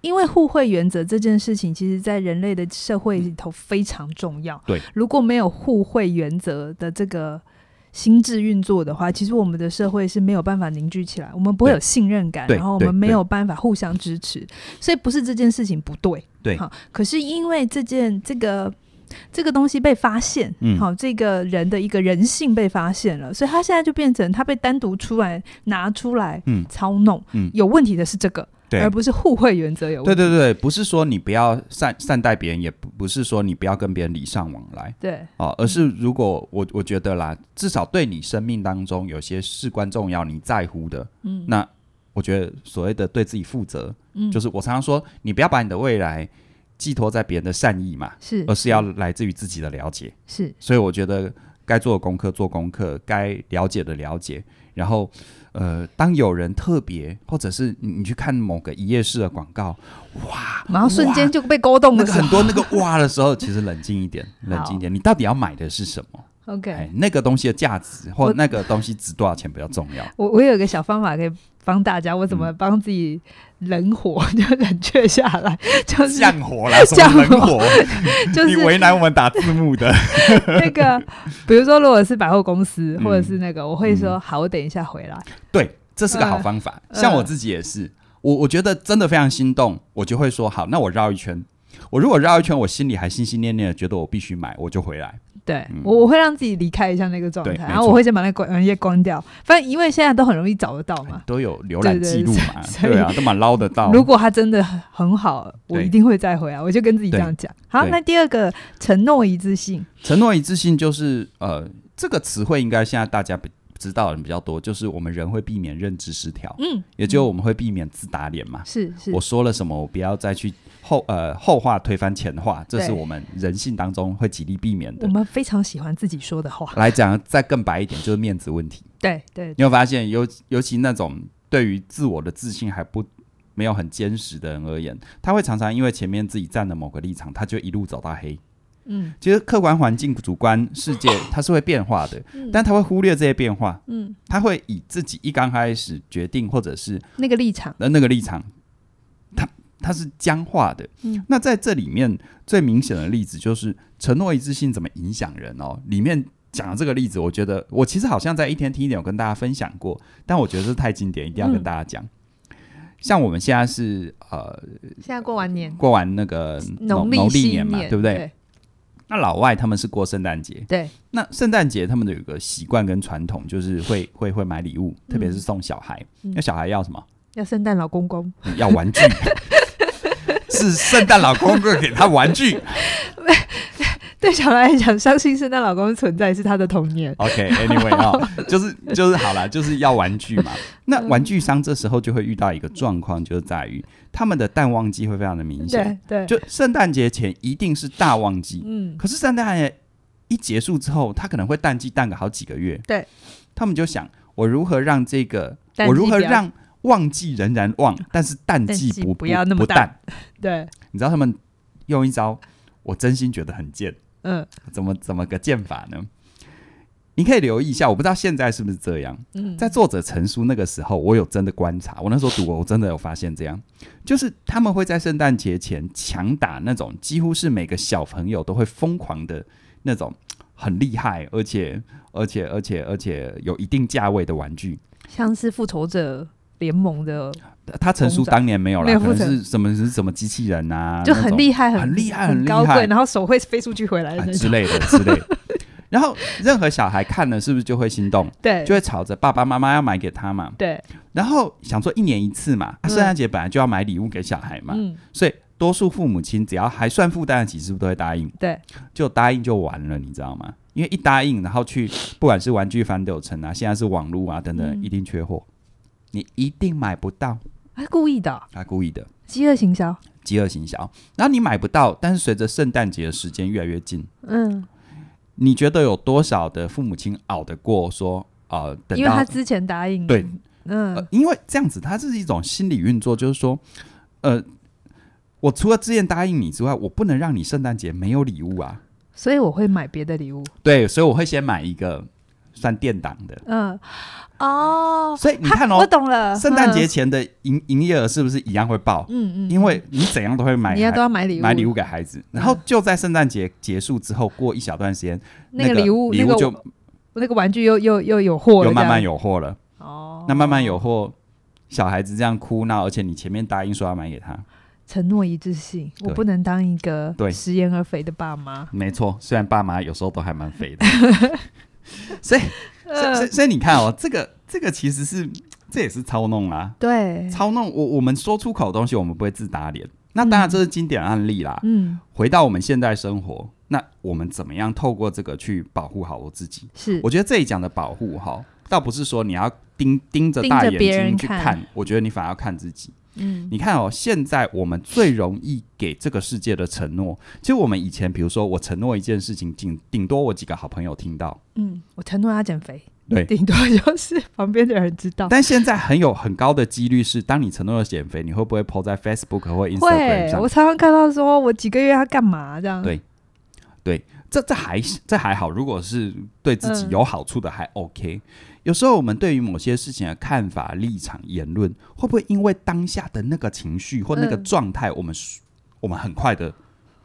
[SPEAKER 1] 因为互惠原则这件事情，其实在人类的社会里头非常重要。
[SPEAKER 2] 对，
[SPEAKER 1] 如果没有互惠原则的这个心智运作的话，其实我们的社会是没有办法凝聚起来，我们不会
[SPEAKER 2] 对
[SPEAKER 1] 有信任感，
[SPEAKER 2] 对
[SPEAKER 1] 然后我
[SPEAKER 2] 对
[SPEAKER 1] 们没
[SPEAKER 2] 对
[SPEAKER 1] 有办法互相支持，所以不是这件事情不对，
[SPEAKER 2] 对
[SPEAKER 1] 好，可是因为这件这个。这个东西被发现，好、
[SPEAKER 2] 嗯
[SPEAKER 1] 这个人的一个人性被发现了，所以他现在就变成他被单独出来拿出来，
[SPEAKER 2] 嗯，
[SPEAKER 1] 操弄，
[SPEAKER 2] 嗯
[SPEAKER 1] 有问题的是这个，
[SPEAKER 2] 对
[SPEAKER 1] 而不是互惠原则有
[SPEAKER 2] 对
[SPEAKER 1] 问题。
[SPEAKER 2] 对对，不是说你不要善善待别人，也不不是说你不要跟别人礼尚往来
[SPEAKER 1] 对
[SPEAKER 2] 哦，而是如果我我觉得啦，至少对你生命当中有些事关重要，你在乎的，
[SPEAKER 1] 嗯，
[SPEAKER 2] 那我觉得所谓的对自己负责，
[SPEAKER 1] 嗯
[SPEAKER 2] 就是我常常说，你不要把你的未来寄托在别人的善意嘛，
[SPEAKER 1] 是
[SPEAKER 2] 而是要来自于自己的了解。
[SPEAKER 1] 是
[SPEAKER 2] 所以我觉得该做的功课做功课，该了解的了解。然后，呃，当有人特别，或者是你你去看某个一页式的广告，哇，
[SPEAKER 1] 然后瞬间
[SPEAKER 2] 啊哇
[SPEAKER 1] 就被勾动
[SPEAKER 2] 那
[SPEAKER 1] 了
[SPEAKER 2] 个
[SPEAKER 1] 是
[SPEAKER 2] 很
[SPEAKER 1] 吧
[SPEAKER 2] 多那个哇的时候，其实冷静一点，冷静一点，你到底要买的是什么？哎
[SPEAKER 1] ，OK，，
[SPEAKER 2] 那个东西的价值或
[SPEAKER 1] 我
[SPEAKER 2] 那个东西值多少钱比较重要。
[SPEAKER 1] 我我有一个小方法可以帮大家，我怎
[SPEAKER 2] 嗯
[SPEAKER 1] 么帮自己冷火就冷却下来， 就是
[SPEAKER 2] 降火啦，什
[SPEAKER 1] 降
[SPEAKER 2] 么冷
[SPEAKER 1] 火
[SPEAKER 2] 火？
[SPEAKER 1] 就
[SPEAKER 2] 你
[SPEAKER 1] 是
[SPEAKER 2] 为难我们打字幕的。
[SPEAKER 1] 那个，比如说如果是百货公司
[SPEAKER 2] 嗯
[SPEAKER 1] 或者是那个，我会说好，我等一下回来。
[SPEAKER 2] 对，这是个好方法。
[SPEAKER 1] 嗯
[SPEAKER 2] 像我自己也是，我我觉得真的非常心动，我就会说好，那我绕一圈。我如果绕一圈，我心里还心心念念的，觉得我必须买，我就回来。
[SPEAKER 1] 对
[SPEAKER 2] 嗯
[SPEAKER 1] 我我会让自己离开一下那个状态，
[SPEAKER 2] 对没错
[SPEAKER 1] 然后我会先把那关呃网页关掉，反正因为现在都很容易找得到嘛。
[SPEAKER 2] 都有浏览记录嘛，
[SPEAKER 1] 啊 对对所以
[SPEAKER 2] 对啊，都蛮捞得到。
[SPEAKER 1] 如果他真的很很好，我
[SPEAKER 2] 对
[SPEAKER 1] 一定会再回来。啊我就跟自己这样讲。好，
[SPEAKER 2] 对
[SPEAKER 1] 那第二个承诺一致性，
[SPEAKER 2] 承诺一致性就是呃，这个词汇应该现在大家比知道的人比较多，就是我们人会避免认知失调，
[SPEAKER 1] 嗯，
[SPEAKER 2] 也就我们会避免自打脸嘛。
[SPEAKER 1] 是是
[SPEAKER 2] 我说了什么，我不要再去后呃后话推翻前话，这是
[SPEAKER 1] 对
[SPEAKER 2] 我们人性当中会极力避免
[SPEAKER 1] 我
[SPEAKER 2] 的。
[SPEAKER 1] 们非常喜欢自己说的 话。
[SPEAKER 2] 来讲再更白一点，就是面子问题。
[SPEAKER 1] 对对，
[SPEAKER 2] 你会发现，尤尤其那种对于自我的自信还不没有很坚实的人而言，他会常常因为前面自己站的某个立场，他就一路走到黑。
[SPEAKER 1] 嗯，
[SPEAKER 2] 其实客观环境、主观世界，它是会变化的，
[SPEAKER 1] 嗯
[SPEAKER 2] 但他会忽略这些变化。
[SPEAKER 1] 嗯，
[SPEAKER 2] 他会以自己一刚开始决定，或者是
[SPEAKER 1] 那个立场，
[SPEAKER 2] 那那个立场，他他是僵化的。
[SPEAKER 1] 嗯
[SPEAKER 2] 那在这里面最明显的例子就是承诺一致性怎么影响人哦。里面讲的这个例子，我觉得我其实好像在一天听一点有跟大家分享过，但我觉得这太经典，一
[SPEAKER 1] 嗯
[SPEAKER 2] 定要跟大家讲。像我们现在是呃
[SPEAKER 1] 现在过完年，
[SPEAKER 2] 过完那个农
[SPEAKER 1] 历
[SPEAKER 2] 农历
[SPEAKER 1] 新
[SPEAKER 2] 年嘛，对不对？
[SPEAKER 1] 对？
[SPEAKER 2] 那老外他们是过圣诞节，
[SPEAKER 1] 对
[SPEAKER 2] 那圣诞节他们的有个习惯跟传统，就是会会会买礼物，特别是送小孩。
[SPEAKER 1] 嗯
[SPEAKER 2] 那小孩要什么？
[SPEAKER 1] 要圣诞老公 公，
[SPEAKER 2] 要玩 具，是圣诞老公公给他玩具。
[SPEAKER 1] 对小孩来讲，相信圣诞老公公存在是他的童年。
[SPEAKER 2] OK，Anyway、哦，就是就是好啦，就是要玩具嘛。那玩具商这时候就会遇到一个状况，就是在于他们的淡旺季会非常的明显。
[SPEAKER 1] 对对，
[SPEAKER 2] 就圣诞节前一定是大旺季，
[SPEAKER 1] 嗯，
[SPEAKER 2] 可是圣诞节一结束之后，它可能会淡季淡个好几个月。
[SPEAKER 1] 对，
[SPEAKER 2] 他们就想我如何让这个，
[SPEAKER 1] 淡季
[SPEAKER 2] 我如何
[SPEAKER 1] 不要
[SPEAKER 2] 让旺季仍然旺，但是淡
[SPEAKER 1] 淡
[SPEAKER 2] 季
[SPEAKER 1] 季
[SPEAKER 2] 不
[SPEAKER 1] 不要那么
[SPEAKER 2] 不
[SPEAKER 1] 淡
[SPEAKER 2] 淡。
[SPEAKER 1] 对，
[SPEAKER 2] 你知道他们用一招，我真心觉得很贱，
[SPEAKER 1] 嗯
[SPEAKER 2] 怎么怎么个贱法呢？你可以留意一下，我不知道现在是不是这样。
[SPEAKER 1] 嗯，
[SPEAKER 2] 在作者陈述那个时候，我有真的观察，我那时候读，我真的有发现这样，就是他们会在圣诞节前强打那种几乎是每个小朋友都会疯狂的那种很厉害，而且而且而且而且有一定价位的玩具。
[SPEAKER 1] 像是复仇者联盟的，
[SPEAKER 2] 他陈述
[SPEAKER 1] 公仔
[SPEAKER 2] 当年没有
[SPEAKER 1] 没
[SPEAKER 2] 啦，
[SPEAKER 1] 有
[SPEAKER 2] 可能
[SPEAKER 1] 负责
[SPEAKER 2] 是什么是什么机器人啊，
[SPEAKER 1] 就
[SPEAKER 2] 那
[SPEAKER 1] 很
[SPEAKER 2] 种
[SPEAKER 1] 厉害，
[SPEAKER 2] 很厉害很
[SPEAKER 1] 很
[SPEAKER 2] 厉
[SPEAKER 1] 高
[SPEAKER 2] 害
[SPEAKER 1] 贵，然后手会飞出去回来的
[SPEAKER 2] 啊
[SPEAKER 1] 那
[SPEAKER 2] 之
[SPEAKER 1] 种。
[SPEAKER 2] 类的之类的。然后任何小孩看了是不是就会心动，
[SPEAKER 1] 对
[SPEAKER 2] 就会吵着爸爸妈妈要买给他嘛？
[SPEAKER 1] 对，
[SPEAKER 2] 然后想说一年一次嘛，啊
[SPEAKER 1] 嗯
[SPEAKER 2] 圣诞节本来就要买礼物给小孩嘛，
[SPEAKER 1] 嗯，
[SPEAKER 2] 所以多数父母亲只要还算负担得起，是不是都会答应？
[SPEAKER 1] 对，
[SPEAKER 2] 就答应就完了，你知道吗？因为一答应，然后去不管是玩具反斗城啊，现在是网络啊等等，
[SPEAKER 1] 嗯
[SPEAKER 2] 一定缺货，你一定买不到，
[SPEAKER 1] 他故意的哦、
[SPEAKER 2] 他故意的。
[SPEAKER 1] 饥饿行销，
[SPEAKER 2] 饥饿行销，然后你买不到，但是随着圣诞节的时间越来越近，
[SPEAKER 1] 嗯，
[SPEAKER 2] 你觉得有多少的父母亲熬得过说呃，等
[SPEAKER 1] 因为
[SPEAKER 2] 到
[SPEAKER 1] 他之前答应，
[SPEAKER 2] 对，
[SPEAKER 1] 嗯，
[SPEAKER 2] 呃，因为这样子，它是一种心理运作，就是说，呃，我除了之前答应你之外，我不能让你圣诞节没有礼物啊。
[SPEAKER 1] 所以我会买别的礼物，
[SPEAKER 2] 对，所以我会先买一个算垫档的。
[SPEAKER 1] 嗯，哦，
[SPEAKER 2] 所以你看
[SPEAKER 1] 哈我
[SPEAKER 2] 哦，
[SPEAKER 1] 懂了，
[SPEAKER 2] 圣诞节
[SPEAKER 1] 嗯
[SPEAKER 2] 前的营营业额是不是一样会爆？
[SPEAKER 1] 嗯嗯，
[SPEAKER 2] 因为你怎样都会买
[SPEAKER 1] 你要
[SPEAKER 2] 孩
[SPEAKER 1] 都要买礼物，
[SPEAKER 2] 买礼物，给孩子，然后就在圣诞节结束之后，过一小段时间，
[SPEAKER 1] 那个
[SPEAKER 2] 礼
[SPEAKER 1] 礼物，
[SPEAKER 2] 礼
[SPEAKER 1] 那个
[SPEAKER 2] 物就
[SPEAKER 1] 那个玩具又又又有货了，
[SPEAKER 2] 有慢慢
[SPEAKER 1] 有，
[SPEAKER 2] 有货了。
[SPEAKER 1] 哦，
[SPEAKER 2] 那慢慢有货，小孩子这样哭闹，而且你前面答应说要买给他，
[SPEAKER 1] 承诺一致性，我
[SPEAKER 2] 对
[SPEAKER 1] 不能当一个
[SPEAKER 2] 对
[SPEAKER 1] 食言而肥的爸妈，
[SPEAKER 2] 没错，虽然爸妈有时候都还 蛮肥的，所以所以所以
[SPEAKER 1] 呃，
[SPEAKER 2] 所以你看哦，这个这个其实是这也是操弄啦、
[SPEAKER 1] 对，
[SPEAKER 2] 操弄我我们说出口的东西，我们不会自打脸。那当然这是经典案例啦。
[SPEAKER 1] 嗯，
[SPEAKER 2] 回到我们现代生活，那我们怎么样透过这个去保护好我自己？
[SPEAKER 1] 是
[SPEAKER 2] 我觉得这里讲的保护哈，倒不是说你要盯盯着
[SPEAKER 1] 盯
[SPEAKER 2] 大
[SPEAKER 1] 着
[SPEAKER 2] 眼
[SPEAKER 1] 别人
[SPEAKER 2] 睛去
[SPEAKER 1] 看
[SPEAKER 2] 我觉得你反而要看自己。
[SPEAKER 1] 嗯
[SPEAKER 2] 你看哦，现在我们最容易给这个世界的承诺，其实我们以前，比如说我承诺一件事情，顶顶多我几个好朋友听到，
[SPEAKER 1] 嗯，我承诺要减肥，
[SPEAKER 2] 对。
[SPEAKER 1] 顶多就是旁边的人知道，
[SPEAKER 2] 但现在很有很高的几率是，当你承诺了减肥，你会不会 PO 在 Facebook 或 Instagram
[SPEAKER 1] 会，
[SPEAKER 2] 上
[SPEAKER 1] 我？常常看到说我几个月要干嘛这样，
[SPEAKER 2] 对这这还这还好，如果是对自己
[SPEAKER 1] 嗯
[SPEAKER 2] 有好处的还 OK。有时候我们对于某些事情的看法、立场、言论，会不会因为当下的那个情绪或那个
[SPEAKER 1] 嗯
[SPEAKER 2] 状态，我们我们很快的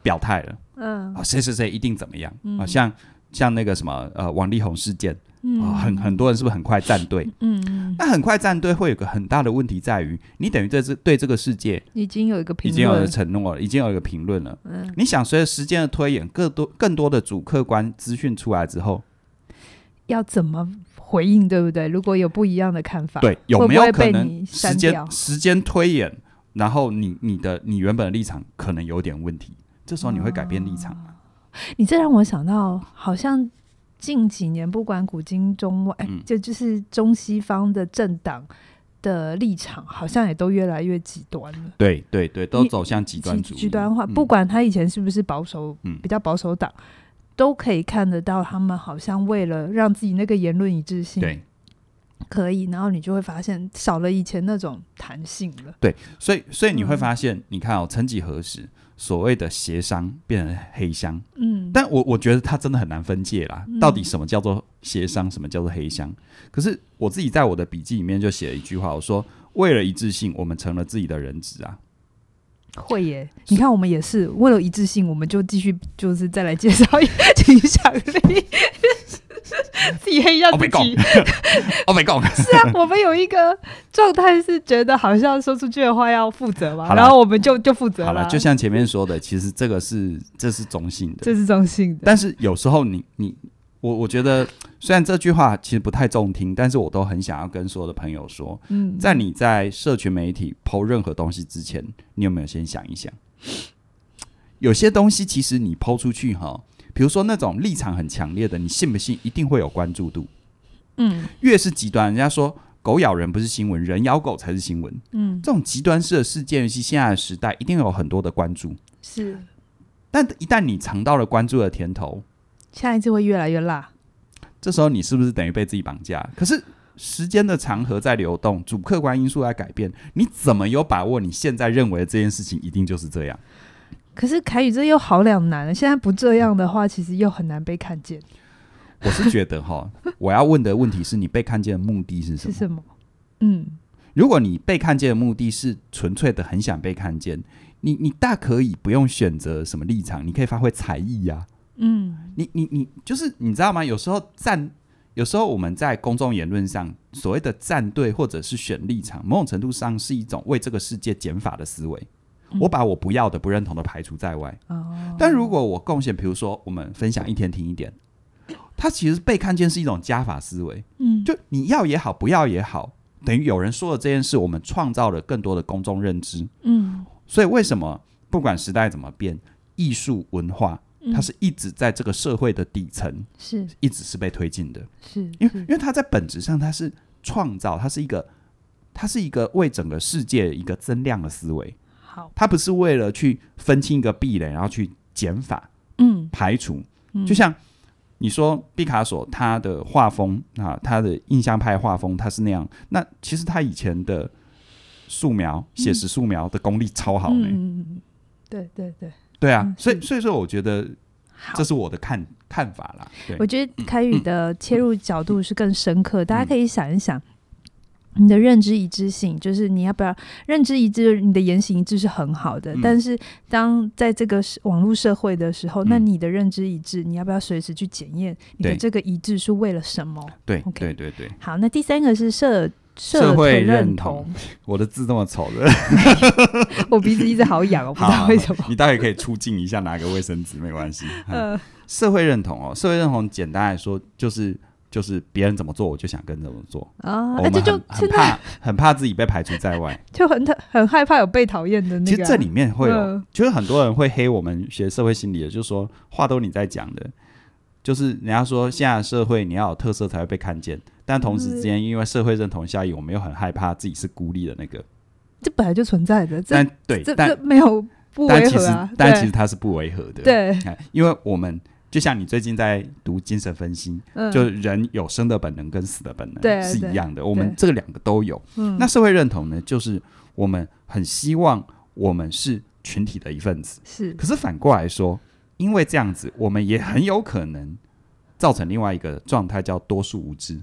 [SPEAKER 2] 表态了？
[SPEAKER 1] 嗯
[SPEAKER 2] 啊，谁谁谁一定怎么样
[SPEAKER 1] 嗯
[SPEAKER 2] 啊？像像那个什么呃，王力宏事件
[SPEAKER 1] 嗯，
[SPEAKER 2] 啊，很很多人是不是很快站队？
[SPEAKER 1] 嗯嗯，
[SPEAKER 2] 那很快站队会有个很大的问题在于，你等于对这对这个世界
[SPEAKER 1] 已经有一个
[SPEAKER 2] 已
[SPEAKER 1] 评
[SPEAKER 2] 经有
[SPEAKER 1] 论
[SPEAKER 2] 了，承诺了，已经有一个评论了。
[SPEAKER 1] 嗯，
[SPEAKER 2] 你想随着时间的推演，更多更多的主客观资讯出来之后，
[SPEAKER 1] 要怎么回应，对不对？如果有不一样的看法，
[SPEAKER 2] 对有没有
[SPEAKER 1] 啊会不
[SPEAKER 2] 可
[SPEAKER 1] 会被
[SPEAKER 2] 能
[SPEAKER 1] 你
[SPEAKER 2] 时
[SPEAKER 1] 删
[SPEAKER 2] 间
[SPEAKER 1] 掉
[SPEAKER 2] 时间推演，然后你你的你原本的立场可能有点问题，这时候你会改变立场
[SPEAKER 1] 啊
[SPEAKER 2] 吗？
[SPEAKER 1] 你这让我想到，好像近几年不管古今中外，哎
[SPEAKER 2] 嗯
[SPEAKER 1] 就就是中西方的政党的立场，好像也都越来越极端了。
[SPEAKER 2] 对对对，都
[SPEAKER 1] 你
[SPEAKER 2] 走向极端主
[SPEAKER 1] 极
[SPEAKER 2] 义，
[SPEAKER 1] 极端化，
[SPEAKER 2] 嗯
[SPEAKER 1] 不管他以前是不是保守，
[SPEAKER 2] 嗯
[SPEAKER 1] 比较保守党，都可以看得到，他们好像为了让自己那个言论一致性，
[SPEAKER 2] 对。
[SPEAKER 1] 可以，然后你就会发现少了以前那种弹性了。
[SPEAKER 2] 所以，所以你会
[SPEAKER 1] 嗯
[SPEAKER 2] 发现，你看哦，曾几何时，所谓的协商变成黑箱，
[SPEAKER 1] 嗯，
[SPEAKER 2] 但我我觉得它真的很难分界啦。
[SPEAKER 1] 嗯
[SPEAKER 2] 到底什么叫做协商，什么叫做黑箱？可是我自己在我的笔记里面就写了一句话，我说：为了一致性，我们成了自己的人质 啊。
[SPEAKER 1] 会耶，你看我们也是为了一致性，我们就继续就是再来介绍一影响力， 自己黑一下
[SPEAKER 2] 我
[SPEAKER 1] 自
[SPEAKER 2] 哦被告
[SPEAKER 1] 己。，
[SPEAKER 2] 我被告。
[SPEAKER 1] 是啊，我们有一个状态是觉得好像说出去的话要负责嘛，
[SPEAKER 2] 好啦
[SPEAKER 1] 然后我们就就负责
[SPEAKER 2] 好了，
[SPEAKER 1] 了，
[SPEAKER 2] 就像前面说的，其实这个是这是中性的，
[SPEAKER 1] 这是中性的。
[SPEAKER 2] 但是有时候你你我我觉得，虽然这句话其实不太中听，但是我都很想要跟所有的朋友说，
[SPEAKER 1] 嗯，
[SPEAKER 2] 在你在社群媒体抛任何东西之前，你有没有先想一想？有些东西其实你抛出去哈，比如说那种立场很强烈的，你信不信一定会有关注度？
[SPEAKER 1] 嗯
[SPEAKER 2] 越是极端，人家说狗咬人不是新闻，人咬狗才是新闻。
[SPEAKER 1] 嗯
[SPEAKER 2] 这种极端式的事件，尤其现在的时代，一定有很多的关注。
[SPEAKER 1] 是，
[SPEAKER 2] 但一旦你尝到了关注的甜头，
[SPEAKER 1] 下一次会越来越辣。
[SPEAKER 2] 这时候你是不是等于被自己绑架？可是时间的长河在流动，主客观因素在改变，你怎么有把握你现在认为的这件事情一定就是这样？
[SPEAKER 1] 可是凯宇这又好两难了，现在不这样的话，其实又很难被看见，
[SPEAKER 2] 我是觉得哈，我要问的问题是你被看见的目的是什
[SPEAKER 1] 是
[SPEAKER 2] 么？
[SPEAKER 1] 什么？嗯，
[SPEAKER 2] 如果你被看见的目的是纯粹的很想被看见，你你大可以不用选择什么立场，你可以发挥才艺啊呀、
[SPEAKER 1] 嗯，
[SPEAKER 2] 你你你就是你知道吗？有时候站，有时候我们在公众言论上所谓的站队或者是选立场，某种程度上是一种为这个世界减法的思维。
[SPEAKER 1] 嗯
[SPEAKER 2] 我把我不要的、不认同的排除在外。
[SPEAKER 1] 哦，
[SPEAKER 2] 但如果我贡献，比如说我们分享一天听一点，它其实被看见是一种加法思维，
[SPEAKER 1] 嗯，
[SPEAKER 2] 就你要也好，不要也好，等于有人说了这件事，我们创造了更多的公众认知。
[SPEAKER 1] 嗯，
[SPEAKER 2] 所以为什么不管时代怎么变，艺术文化它是一直在这个社会的底层，
[SPEAKER 1] 嗯是
[SPEAKER 2] 一直是被推进的，
[SPEAKER 1] 是，
[SPEAKER 2] 因为
[SPEAKER 1] 是
[SPEAKER 2] 因为它在本质上它是创造，它是一个它是一个为整个世界一个增量的思维，
[SPEAKER 1] 好，
[SPEAKER 2] 它不是为了去分清一个壁垒，然后去减法
[SPEAKER 1] 嗯，
[SPEAKER 2] 排除。
[SPEAKER 1] 嗯
[SPEAKER 2] 就像你说毕卡索他的画风啊，他的印象派画风他是那样，那其实他以前的素描、写实素描的功力超好呢、
[SPEAKER 1] 嗯嗯嗯，对对对，
[SPEAKER 2] 对啊
[SPEAKER 1] 嗯，
[SPEAKER 2] 所以
[SPEAKER 1] 是
[SPEAKER 2] 所以说我觉得
[SPEAKER 1] 好
[SPEAKER 2] 这。是我的看看法啦。对嗯
[SPEAKER 1] 我，觉得凯宇的切入角度是更深刻，大家可以想一想。你的认知一致性，就是你要不要认知一致，就是你的言行一致是很好的。
[SPEAKER 2] 嗯
[SPEAKER 1] 但是当在这个社网络社会的时候，
[SPEAKER 2] 嗯
[SPEAKER 1] 那你的认知一致，你要不要随时去检验你的
[SPEAKER 2] 对
[SPEAKER 1] 这个一致是为了什么？
[SPEAKER 2] 对
[SPEAKER 1] OK
[SPEAKER 2] 对对 对，
[SPEAKER 1] 好，那第三个是社
[SPEAKER 2] 社会
[SPEAKER 1] 会
[SPEAKER 2] 认
[SPEAKER 1] 同
[SPEAKER 2] 同，我的字这么丑的，
[SPEAKER 1] 我鼻子一直好痒，我不知道为什么。
[SPEAKER 2] 你待会可以出镜一下，拿个卫生纸没 关系。嗯
[SPEAKER 1] 呃，
[SPEAKER 2] 社会认同哦，社会认同简单来说就是就是别人怎么做我就想跟着怎么做，
[SPEAKER 1] 啊，
[SPEAKER 2] 我
[SPEAKER 1] 哎
[SPEAKER 2] 们
[SPEAKER 1] 这就
[SPEAKER 2] 很很
[SPEAKER 1] 现在
[SPEAKER 2] 怕很怕自己被排除在外。
[SPEAKER 1] 就很很害怕有被讨厌 的那个啊。
[SPEAKER 2] 其实这里面会有，
[SPEAKER 1] 嗯
[SPEAKER 2] 就是很多人会黑我们学社会心理的，就是说话都你在讲的，就是人家说现在的社会你要有特色才会被看见，但同时之间因为社会认同效应，我们又很害怕自己是孤立的那个。
[SPEAKER 1] 这本来就存在的，这
[SPEAKER 2] 但对，
[SPEAKER 1] 这
[SPEAKER 2] 但
[SPEAKER 1] 这没有不
[SPEAKER 2] 但
[SPEAKER 1] 违
[SPEAKER 2] 其
[SPEAKER 1] 和
[SPEAKER 2] 实
[SPEAKER 1] 啊。
[SPEAKER 2] 但
[SPEAKER 1] 对
[SPEAKER 2] 其实它是不违和的。
[SPEAKER 1] 对，
[SPEAKER 2] 哎，因为我们就像你最近在读精神分析，
[SPEAKER 1] 嗯，
[SPEAKER 2] 就人有生的本能跟死的本能
[SPEAKER 1] 对
[SPEAKER 2] 是
[SPEAKER 1] 对
[SPEAKER 2] 一样的，我们
[SPEAKER 1] 对
[SPEAKER 2] 这两个都有。
[SPEAKER 1] 嗯
[SPEAKER 2] 那社会认同呢，就是我们很希望我们是群体的一份子。
[SPEAKER 1] 是
[SPEAKER 2] 可是反过来说，因为这样子，我们也很有可能造成另外一个状态，叫多数无知。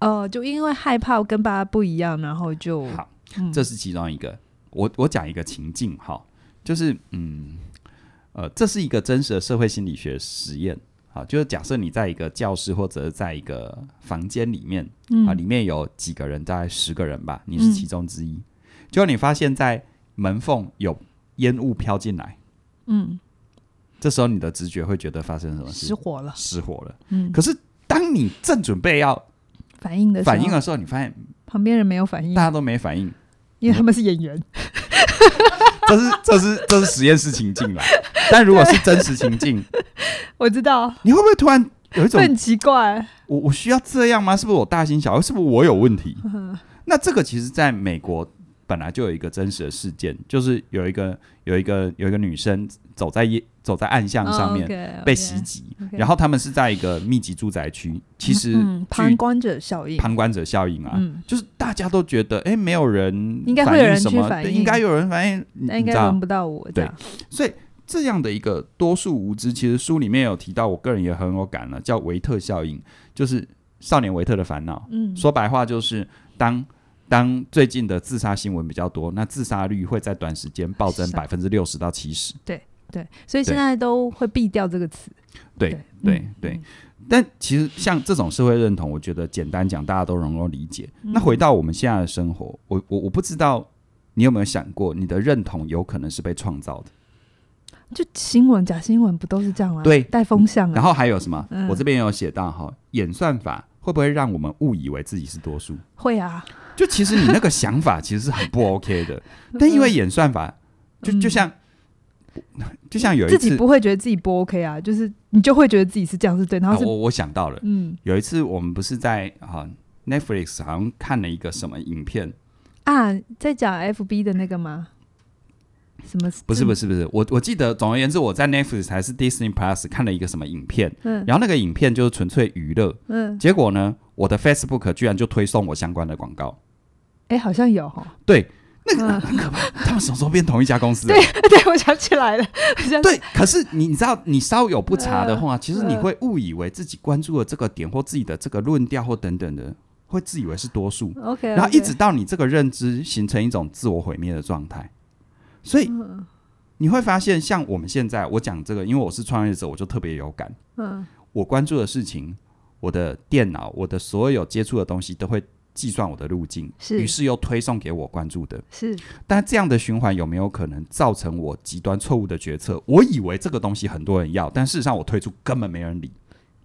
[SPEAKER 1] 哦，就因为害怕跟爸爸不一样，然后就
[SPEAKER 2] 好，
[SPEAKER 1] 嗯
[SPEAKER 2] 这是其中一个。我我讲一个情境哈，就是嗯呃，这是一个真实的社会心理学实验。好，就是假设你在一个教室或者是在一个房间里面啊，里
[SPEAKER 1] 嗯
[SPEAKER 2] 面有几个人，大概十个人吧，你
[SPEAKER 1] 嗯
[SPEAKER 2] 是其中之一。结果你发现，在门缝有烟雾飘进来，
[SPEAKER 1] 嗯，
[SPEAKER 2] 这时候你的直觉会觉得发生什么
[SPEAKER 1] 失
[SPEAKER 2] 事？
[SPEAKER 1] 火了，
[SPEAKER 2] 失火了。
[SPEAKER 1] 嗯，
[SPEAKER 2] 嗯可是当你正准备要
[SPEAKER 1] 反应的时候
[SPEAKER 2] 反应啊的时候，你发现
[SPEAKER 1] 旁边人没有反应
[SPEAKER 2] 大，家都没反应，
[SPEAKER 1] 因为他们是演 员，
[SPEAKER 2] 这是这是这是实验室情境啦。但如果是真实情境，
[SPEAKER 1] 我知道，
[SPEAKER 2] 你会不会突然有一
[SPEAKER 1] 这
[SPEAKER 2] 种
[SPEAKER 1] 很奇怪，
[SPEAKER 2] 我我需要这样吗？是不是我大惊小怪？是不是我有问题？
[SPEAKER 1] 嗯
[SPEAKER 2] 那这个其实在美国本来就有一个真实的事件，就是有一个有一个有一个女生走在夜走在暗
[SPEAKER 1] 哦
[SPEAKER 2] 巷上面、
[SPEAKER 1] 面
[SPEAKER 2] 被袭，击
[SPEAKER 1] OK
[SPEAKER 2] 然后他们是在一个密集住宅区，其实
[SPEAKER 1] 嗯，旁
[SPEAKER 2] 据
[SPEAKER 1] 观者效应，
[SPEAKER 2] 旁观者效应啊，
[SPEAKER 1] 嗯，
[SPEAKER 2] 就是大家都觉得，哎、没有人
[SPEAKER 1] 应该
[SPEAKER 2] 反
[SPEAKER 1] 会有人
[SPEAKER 2] 应什么
[SPEAKER 1] 去反
[SPEAKER 2] 对
[SPEAKER 1] 应
[SPEAKER 2] 应该有人反应，
[SPEAKER 1] 那
[SPEAKER 2] 你
[SPEAKER 1] 应
[SPEAKER 2] 你
[SPEAKER 1] 该
[SPEAKER 2] 知道
[SPEAKER 1] 轮，不到我，
[SPEAKER 2] 对，所以这样的一个多数无知，其实书里面有提到，我个人也很有感了，叫维特效应，就是少年维特的烦恼。
[SPEAKER 1] 嗯，
[SPEAKER 2] 说白话就是，当当最近的自杀新闻比较多，那自杀率会在短时间暴增
[SPEAKER 1] 是啊
[SPEAKER 2] 百分之六十到七十。
[SPEAKER 1] 对，所以
[SPEAKER 2] 对
[SPEAKER 1] 现在都会避掉这个词，
[SPEAKER 2] 对
[SPEAKER 1] 对
[SPEAKER 2] 对
[SPEAKER 1] 嗯
[SPEAKER 2] 对
[SPEAKER 1] 嗯，
[SPEAKER 2] 但其实像这种社会认同，我觉得简单讲大家都能够理解。
[SPEAKER 1] 嗯
[SPEAKER 2] 那回到我们现在的生活，我我我不知道你有没有想过，你的认同有可能是被创造的。
[SPEAKER 1] 就新闻假新闻不都是这样吗？
[SPEAKER 2] 对
[SPEAKER 1] 带风向
[SPEAKER 2] 然
[SPEAKER 1] 啊，
[SPEAKER 2] 后还有什么
[SPEAKER 1] 嗯？
[SPEAKER 2] 我这边有写到哈，演算法会不会让我们误以为自己是多数？
[SPEAKER 1] 会啊，
[SPEAKER 2] 就其实你那个想法其实是很不 OK 的，但因
[SPEAKER 1] 嗯
[SPEAKER 2] 为演算法，就就像就像有一
[SPEAKER 1] 自己
[SPEAKER 2] 次，啊
[SPEAKER 1] 不会觉得自己不 OK 啊，就是你就会觉得自己是这样是对，然
[SPEAKER 2] 啊
[SPEAKER 1] 后是
[SPEAKER 2] 我我想到了，
[SPEAKER 1] 嗯
[SPEAKER 2] 有一次我们不是在啊 Netflix 好像看了一个什么影片，
[SPEAKER 1] 啊，在讲 FB 的那个吗？什么？
[SPEAKER 2] 不是不
[SPEAKER 1] 是，
[SPEAKER 2] 是不是，我我记得，总而言之，我在 Netflix 还是 Disney Plus 看了一个什么影片，
[SPEAKER 1] 嗯
[SPEAKER 2] 然后那个影片就是纯粹娱乐，
[SPEAKER 1] 嗯，
[SPEAKER 2] 结果呢，我的 Facebook 居然就推送我相关的广告，
[SPEAKER 1] 哎、好像有哦。
[SPEAKER 2] 对，那个
[SPEAKER 1] 嗯
[SPEAKER 2] 很可怕，他们什么时候变同一家公司了？啊
[SPEAKER 1] 对，我想起来了，我想
[SPEAKER 2] 对，可是你你知道，你稍有不察的
[SPEAKER 1] 嗯
[SPEAKER 2] 话，其实你会误以为自己关注的这个点或自己的这个论调或等等的，会自以为是多数，
[SPEAKER 1] OK，
[SPEAKER 2] 然后一直到你这个认知形成一种自我毁灭的状态。所以
[SPEAKER 1] 嗯
[SPEAKER 2] 你会发现，像我们现在，我讲这个，因为我是创业者，我就特别有感。
[SPEAKER 1] 嗯
[SPEAKER 2] 我关注的事情，我的电脑，我的所有接触的东西都会计算我的路径，
[SPEAKER 1] 是
[SPEAKER 2] 于是又推送给我关注的。
[SPEAKER 1] 是
[SPEAKER 2] 但这样的循环有没有可能造成我极端错误的决策？我以为这个东西很多人要，但事实上我推出根本没人理。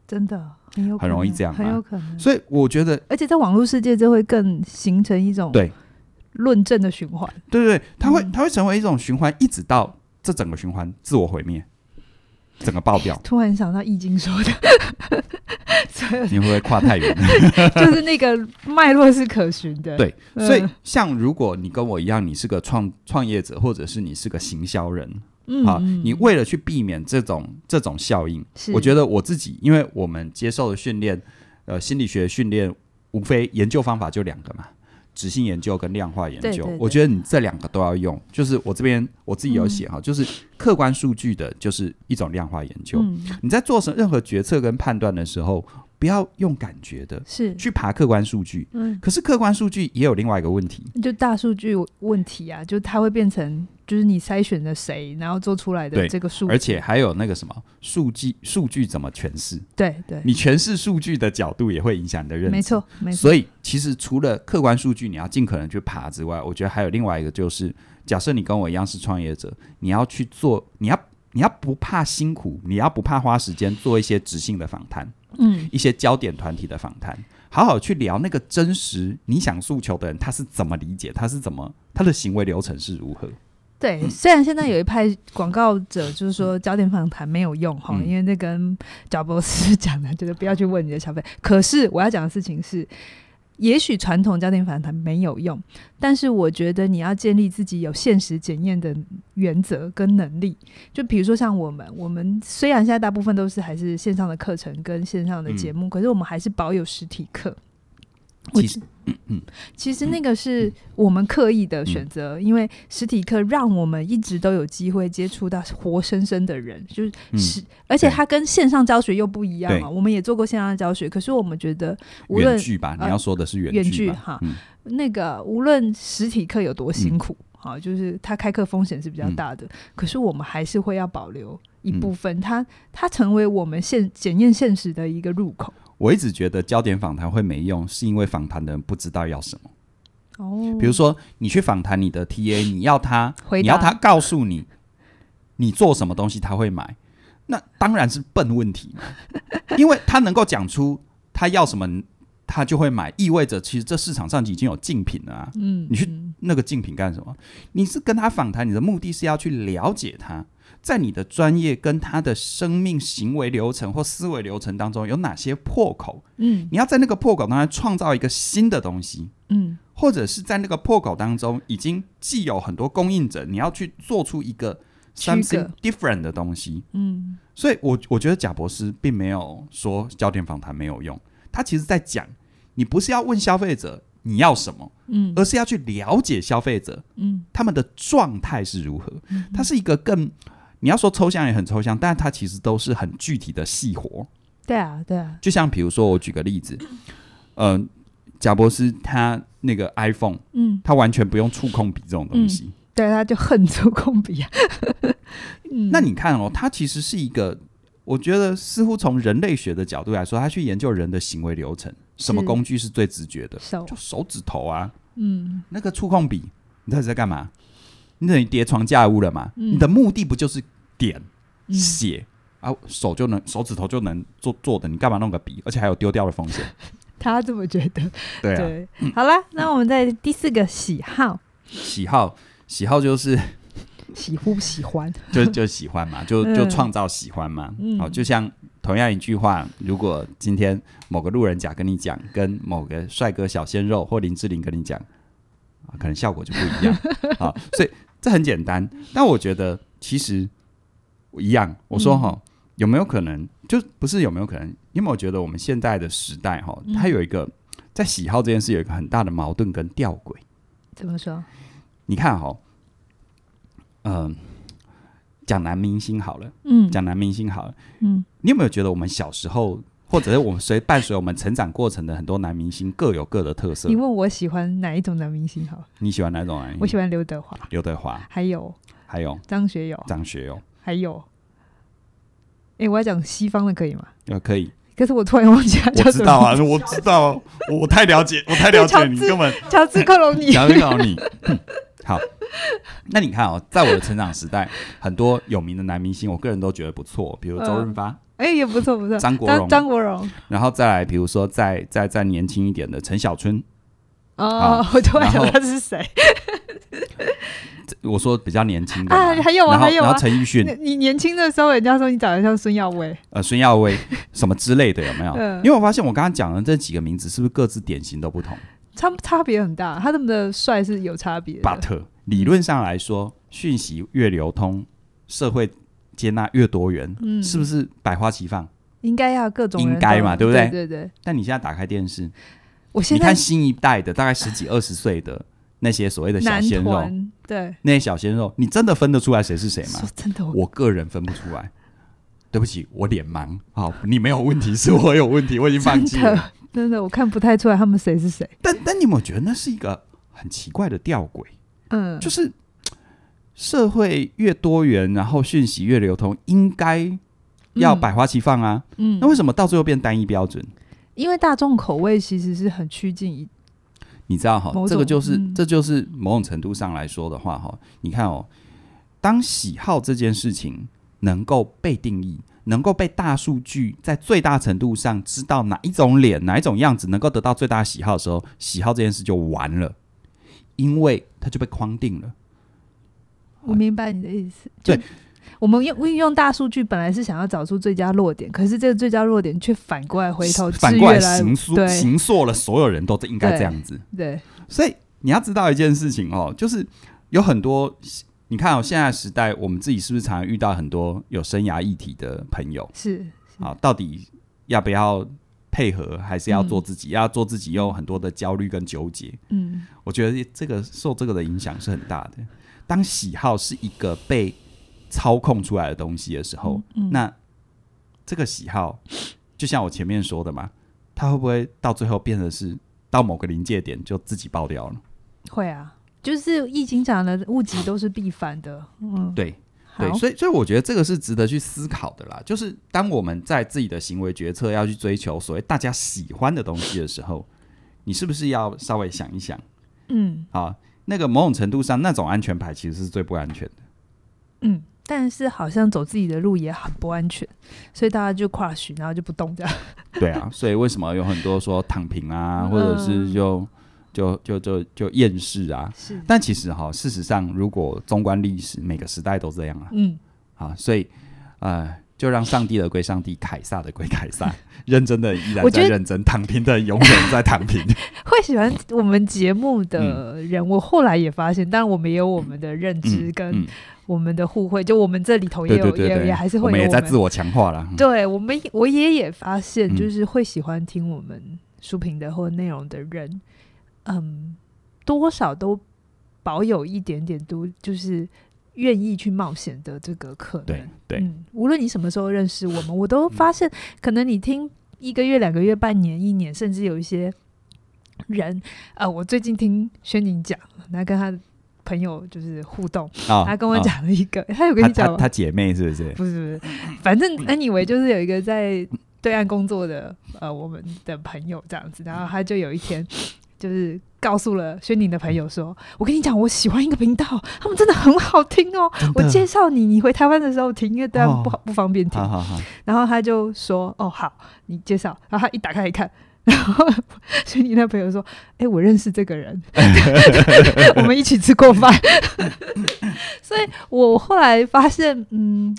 [SPEAKER 1] 真的很有可能
[SPEAKER 2] 很容易这样啊
[SPEAKER 1] 很有可能。
[SPEAKER 2] 所以我觉得，
[SPEAKER 1] 而且在网络世界，这会更形成一种
[SPEAKER 2] 对
[SPEAKER 1] 论证的循环。
[SPEAKER 2] 对对，它会
[SPEAKER 1] 嗯。
[SPEAKER 2] 它会成为一种循环，一直到这整个循环自我毁灭，整个爆掉
[SPEAKER 1] 突然想到《易经》说的， 所以
[SPEAKER 2] 你会不会跨太远？
[SPEAKER 1] 就是那个脉络是可循的。
[SPEAKER 2] 对，
[SPEAKER 1] 嗯
[SPEAKER 2] 所以像如果你跟我一样，你是个创创业者，或者是你是个行销人，
[SPEAKER 1] 嗯，
[SPEAKER 2] 啊
[SPEAKER 1] 嗯，
[SPEAKER 2] 你为了去避免这种这种效应，
[SPEAKER 1] 是
[SPEAKER 2] 我觉得我自己，因为我们接受的训练，呃，心理学训练，无非研究方法就两个嘛，质性研究跟量化研究。
[SPEAKER 1] 对对对
[SPEAKER 2] 我觉得你这两个都要用。就是我这边我自己有
[SPEAKER 1] 嗯
[SPEAKER 2] 写哈，就是客观数据的，就是一种量化研究。
[SPEAKER 1] 嗯
[SPEAKER 2] 你在做什任何决策跟判断的时候，不要用感觉的
[SPEAKER 1] 是
[SPEAKER 2] 去爬客观数据。
[SPEAKER 1] 嗯，
[SPEAKER 2] 可是客观数据也有另外一个问题，
[SPEAKER 1] 就大数据问题啊，就它会变成就是你筛选了谁，然后做出来的
[SPEAKER 2] 对
[SPEAKER 1] 这个数，
[SPEAKER 2] 而且还有那个什么数据数据怎么诠释？
[SPEAKER 1] 对对，
[SPEAKER 2] 你诠释数据的角度也会影响你的认知。
[SPEAKER 1] 没错没错，
[SPEAKER 2] 所以其实除了客观数据你要尽可能去爬之外，我觉得还有另外一个就是，假设你跟我一样是创业者，你要去做，你要你要不怕辛苦，你要不怕花时间做一些直性的访谈，
[SPEAKER 1] 嗯
[SPEAKER 2] 一些焦点团体的访谈，好好去聊那个真实你想诉求的人他是怎么理解，他是怎么他的行为流程是如何。
[SPEAKER 1] 对，虽然现在有一派广告者就是说焦点访谈没有用哈，
[SPEAKER 2] 嗯
[SPEAKER 1] 因为那跟贾博士讲的就是不要去问你的消费。可是我要讲的事情是，也许传统焦点访谈没有用，但是我觉得你要建立自己有现实检验的原则跟能力。就比如说像我们，我们虽然现在大部分都是还是线上的课程跟线上的节目，可是我们还是保有实体课。我
[SPEAKER 2] 其实
[SPEAKER 1] 其实
[SPEAKER 2] 嗯
[SPEAKER 1] 那个是我们刻意的选择，因为实体课让我们一直都有机会接触到活生生的人，就是
[SPEAKER 2] 嗯
[SPEAKER 1] 是，而且它跟线上教学又不一样嘛。
[SPEAKER 2] 对
[SPEAKER 1] 我们也做过线上教学，可是我们觉得无
[SPEAKER 2] 远
[SPEAKER 1] 论
[SPEAKER 2] 距吧，
[SPEAKER 1] 呃
[SPEAKER 2] 你要说的是远
[SPEAKER 1] 远
[SPEAKER 2] 距
[SPEAKER 1] 距
[SPEAKER 2] 吧
[SPEAKER 1] 哈
[SPEAKER 2] 嗯
[SPEAKER 1] 那个无论实体课有多辛苦，好、就是它开课风险是比较大的，
[SPEAKER 2] 嗯
[SPEAKER 1] 可是我们还是会要保留一部分，它它成为我们现检验现实的一个入口。
[SPEAKER 2] 我一直觉得焦点访谈会没用，是因为访谈的人不知道要什么。
[SPEAKER 1] 哦，
[SPEAKER 2] 比如说，你去访谈你 的 TA，你要他，
[SPEAKER 1] 回答
[SPEAKER 2] 你要他告诉你，你做什么东西他会买，那当然是笨 问题嘛，因为他能够讲出他要什么，他就会买，意味着其实这市场上已经有竞品了啊。
[SPEAKER 1] 嗯，
[SPEAKER 2] 你去
[SPEAKER 1] 嗯
[SPEAKER 2] 那个竞品干什么？你是跟他访谈，你的目的是要去了解他，在你的专业跟他的生命行为流程或思维流程当中有哪些破口，
[SPEAKER 1] 嗯
[SPEAKER 2] 你要在那个破口当中创造一个新的东西。
[SPEAKER 1] 嗯
[SPEAKER 2] 或者是在那个破口当中，已经既有很多供应者，你要去做出一个
[SPEAKER 1] 区隔
[SPEAKER 2] something different 的东西。
[SPEAKER 1] 嗯，
[SPEAKER 2] 所以我，我觉得贾博士并没有说焦点访谈没有用，他其实在讲，你不是要问消费者你要什么，
[SPEAKER 1] 嗯
[SPEAKER 2] 而是要去了解消费者，
[SPEAKER 1] 嗯，
[SPEAKER 2] 他们的状态是如何。它是一个更你要说抽象也很抽象，但它其实都是很具体的细活。
[SPEAKER 1] 对啊对啊，
[SPEAKER 2] 就像比如说，我举个例子，呃，贾博士他那个 iPhone，
[SPEAKER 1] 嗯。
[SPEAKER 2] 他完全不用触控笔这种东西。
[SPEAKER 1] 对，他就恨足控笔啊。嗯
[SPEAKER 2] 那你看哦，他其实是一个，我觉得似乎从人类学的角度来说，他去研究人的行为流程，什么
[SPEAKER 1] 是
[SPEAKER 2] 工具是最直觉的？
[SPEAKER 1] 手
[SPEAKER 2] 就，手指头啊，
[SPEAKER 1] 嗯，
[SPEAKER 2] 那个触控笔，你到底在干嘛？你等于叠床架屋了嘛？
[SPEAKER 1] 嗯
[SPEAKER 2] 你的目的不就是点
[SPEAKER 1] 嗯
[SPEAKER 2] 写、啊，手就能手指头就能做做的，你干嘛弄个笔？而且还有丢掉的风险。
[SPEAKER 1] 他这么觉得。
[SPEAKER 2] 对啊，
[SPEAKER 1] 对，好了，那我们在第四个喜好，
[SPEAKER 2] 喜好喜好就是
[SPEAKER 1] 喜不喜欢？
[SPEAKER 2] 就就喜欢嘛，就就
[SPEAKER 1] 嗯
[SPEAKER 2] 创造喜欢嘛。好、
[SPEAKER 1] 嗯
[SPEAKER 2] 就像同样一句话，如果今天某个路人甲跟你讲，跟某个帅哥小鲜肉或林志玲跟你讲，啊，可能效果就不 一样。好、所以这很简单。但我觉得其实一样，我
[SPEAKER 1] 嗯
[SPEAKER 2] 说哈、有没有可能？就不是有没有可能？因为我觉得我们现在的时代哈，
[SPEAKER 1] 嗯
[SPEAKER 2] 它有一个在喜好这件事有一个很大的矛盾跟吊诡。
[SPEAKER 1] 怎么说？
[SPEAKER 2] 你看哈、嗯、讲男明星好了。
[SPEAKER 1] 嗯
[SPEAKER 2] 讲男明星好了，
[SPEAKER 1] 嗯，
[SPEAKER 2] 你有没有觉得我们小时候，或者是我们随伴随我们成长过程的很多男明星各有各的特色
[SPEAKER 1] 你？问我喜欢哪一种男明星好了？
[SPEAKER 2] 你喜欢哪种男明星？
[SPEAKER 1] 我喜欢刘德华，
[SPEAKER 2] 刘德华，
[SPEAKER 1] 还有
[SPEAKER 2] 还有
[SPEAKER 1] 张学友，
[SPEAKER 2] 张学友。
[SPEAKER 1] 还有，哎，我要讲西方的可以吗？
[SPEAKER 2] 呃，可 以，
[SPEAKER 1] 可是我突然忘记他叫
[SPEAKER 2] 我
[SPEAKER 1] 什
[SPEAKER 2] 知
[SPEAKER 1] 么。
[SPEAKER 2] 道啊，我知道啊，我我太了解，我太了解你，
[SPEAKER 1] 乔治
[SPEAKER 2] 根本
[SPEAKER 1] 乔治克隆尼。
[SPEAKER 2] 想不到你。嗯好，那你看哦，在我的成长时代，很多有名的男明星，我个人都觉得不错，比如周
[SPEAKER 1] 嗯
[SPEAKER 2] 润发，
[SPEAKER 1] 哎、也不错不错，
[SPEAKER 2] 张国荣
[SPEAKER 1] 张张国荣
[SPEAKER 2] 然后再来，比如说再再再年轻一点的陈小春，
[SPEAKER 1] 哦， 我突然
[SPEAKER 2] 然
[SPEAKER 1] 想
[SPEAKER 2] 后
[SPEAKER 1] 到他是谁
[SPEAKER 2] 我说比较年轻的嘛、
[SPEAKER 1] 啊？还有啊
[SPEAKER 2] 然后
[SPEAKER 1] 还有
[SPEAKER 2] 然
[SPEAKER 1] 啊
[SPEAKER 2] 后，陈奕迅
[SPEAKER 1] 你、你年轻的时候，人家说你长得像孙耀威，
[SPEAKER 2] 呃孙耀 威什么之类的，有没有？
[SPEAKER 1] 嗯
[SPEAKER 2] 因为我发现我刚刚讲的这几个名字是不是各自典型都不同
[SPEAKER 1] 差差别很大，他们的帅是有差别的。
[SPEAKER 2] ？But 理论上来说，讯息越流通，社会接纳越多元，
[SPEAKER 1] 嗯
[SPEAKER 2] 是不是百花齐放？
[SPEAKER 1] 应该要各种人
[SPEAKER 2] 应该嘛
[SPEAKER 1] 都
[SPEAKER 2] 对不
[SPEAKER 1] 对
[SPEAKER 2] 对？
[SPEAKER 1] 对对，
[SPEAKER 2] 但你现在打开电视，
[SPEAKER 1] 我
[SPEAKER 2] 你
[SPEAKER 1] 现在
[SPEAKER 2] 看新一代的大概十几二十岁的那些所谓的小
[SPEAKER 1] 男
[SPEAKER 2] 鲜肉，
[SPEAKER 1] 团对，
[SPEAKER 2] 那些小鲜肉，你真的分得出来谁是谁吗
[SPEAKER 1] 说？真的，我
[SPEAKER 2] 我个人分不出来。对不起，我脸盲。好，你没有问题，是我有问题，我已经放弃
[SPEAKER 1] 真
[SPEAKER 2] 了。
[SPEAKER 1] 的真的我看不太出来他们谁是谁。
[SPEAKER 2] 但但你有没有觉得那是一个很奇怪的吊诡？
[SPEAKER 1] 嗯，
[SPEAKER 2] 就是社会越多元，然后讯息越流通，应该要
[SPEAKER 1] 嗯
[SPEAKER 2] 百花齐放啊。
[SPEAKER 1] 嗯
[SPEAKER 2] 那，为什么到最后变单一标准？
[SPEAKER 1] 因为大众口味其实是很趋近于
[SPEAKER 2] 你知道哈
[SPEAKER 1] 某，种
[SPEAKER 2] 这个就是、
[SPEAKER 1] 嗯
[SPEAKER 2] 这就是某种程度上来说的话哈，你看哦，当喜好这件事情能够被定义，能够被大数据在最大程度上知道哪一种脸、哪一种样子能够得到最大的喜好的时候，喜好这件事就完了，因为它就被框定了。
[SPEAKER 1] 我明白你的意思。
[SPEAKER 2] 对
[SPEAKER 1] 就，我们用运用大数据，本来是想要找出最佳弱点，可是这个最佳弱点却反过来回头
[SPEAKER 2] 反过来
[SPEAKER 1] 制约
[SPEAKER 2] 形塑
[SPEAKER 1] 对
[SPEAKER 2] 形塑了所有人都应该这样子。
[SPEAKER 1] 对，
[SPEAKER 2] 所以你要知道一件事情哦，就是有很多，你看哦，现在的时代，我们自己是不是常常遇到很多有生涯议题的朋友
[SPEAKER 1] 是
[SPEAKER 2] 啊？到底要不要配合，还是要做自己？要做自己，又有很多的焦虑跟纠结。
[SPEAKER 1] 嗯，
[SPEAKER 2] 我觉得这个受这个的影响是很大的。当喜好是一个被操控出来的东西的时候，
[SPEAKER 1] 嗯嗯
[SPEAKER 2] 那这个喜好，就像我前面说的嘛，它会不会到最后变得是到某个临界点就自己爆掉了？
[SPEAKER 1] 会啊，就是易经讲的物极都是必反的，嗯，
[SPEAKER 2] 对
[SPEAKER 1] 好
[SPEAKER 2] 对，，所以所以我觉得这个是值得去思考的啦。就是当我们在自己的行为决策要去追求所谓大家喜欢的东西的时候，你是不是要稍微想一想
[SPEAKER 1] 嗯
[SPEAKER 2] 啊？那个某种程度上，那种安全牌其实是最不安全的。
[SPEAKER 1] 嗯。但是好像走自己的路也很不安全，所以大家就跨许，然后就不动这样。
[SPEAKER 2] 对啊，所以为什么有很多说躺平啊，
[SPEAKER 1] 嗯
[SPEAKER 2] 或者是就就就就就厌世啊？
[SPEAKER 1] 是，
[SPEAKER 2] 但其实哈，事实上，如果纵观历史，每个时代都这样啊。
[SPEAKER 1] 嗯，
[SPEAKER 2] 啊，所以呃，就让上帝的归上帝，凯撒的归凯 撒，认真的依然
[SPEAKER 1] 我觉
[SPEAKER 2] 在
[SPEAKER 1] 得
[SPEAKER 2] 认真，躺平的永远在躺平。
[SPEAKER 1] 会喜欢我们节目的人，我后来也发现，当然我们也有我们的认知跟
[SPEAKER 2] 嗯，
[SPEAKER 1] 我们的互惠，就 我们这里头也
[SPEAKER 2] 对
[SPEAKER 1] 有
[SPEAKER 2] 对对
[SPEAKER 1] 也
[SPEAKER 2] 对，
[SPEAKER 1] 也还是
[SPEAKER 2] 我
[SPEAKER 1] 会有
[SPEAKER 2] 们也在
[SPEAKER 1] 们
[SPEAKER 2] 自我强化了。嗯
[SPEAKER 1] 对我们我也也发现，
[SPEAKER 2] 嗯
[SPEAKER 1] 就是会喜欢听我们书评的或内容的人，嗯，多少都保有一点点都就是愿意去冒险的这个可能。
[SPEAKER 2] 对对
[SPEAKER 1] 嗯，无论你什么时候认识我们，我都发现，可能你听一个月、两个月、半年、一年，甚至有一些人，呃，我最近听轩宁讲，那跟他朋友就是互动，
[SPEAKER 2] 啊，
[SPEAKER 1] 他跟我
[SPEAKER 2] 啊，
[SPEAKER 1] 讲了一个，他有跟
[SPEAKER 2] 他
[SPEAKER 1] 你讲
[SPEAKER 2] 他
[SPEAKER 1] 吗？
[SPEAKER 2] 他姐妹是不是？
[SPEAKER 1] 不是不是，反正呃 anyway 就是有一个在对岸工作的呃我们的朋友这样子，然后他就有一天就是告诉了轩宁的朋友说：“我跟你讲，我喜欢一个频道，他们真的很好听哦，
[SPEAKER 2] 真
[SPEAKER 1] 我
[SPEAKER 2] 的哦
[SPEAKER 1] 介绍你，你回台湾的时候听，因为对啊岸不好、不方便听
[SPEAKER 2] 好。好好，”
[SPEAKER 1] 然后他就说：“哦好，你介绍。”然后他一打开一看。 然后轩宁的朋友说：“哎、我认识这个人， 我们一起吃过饭。” 所以我后来发现，嗯，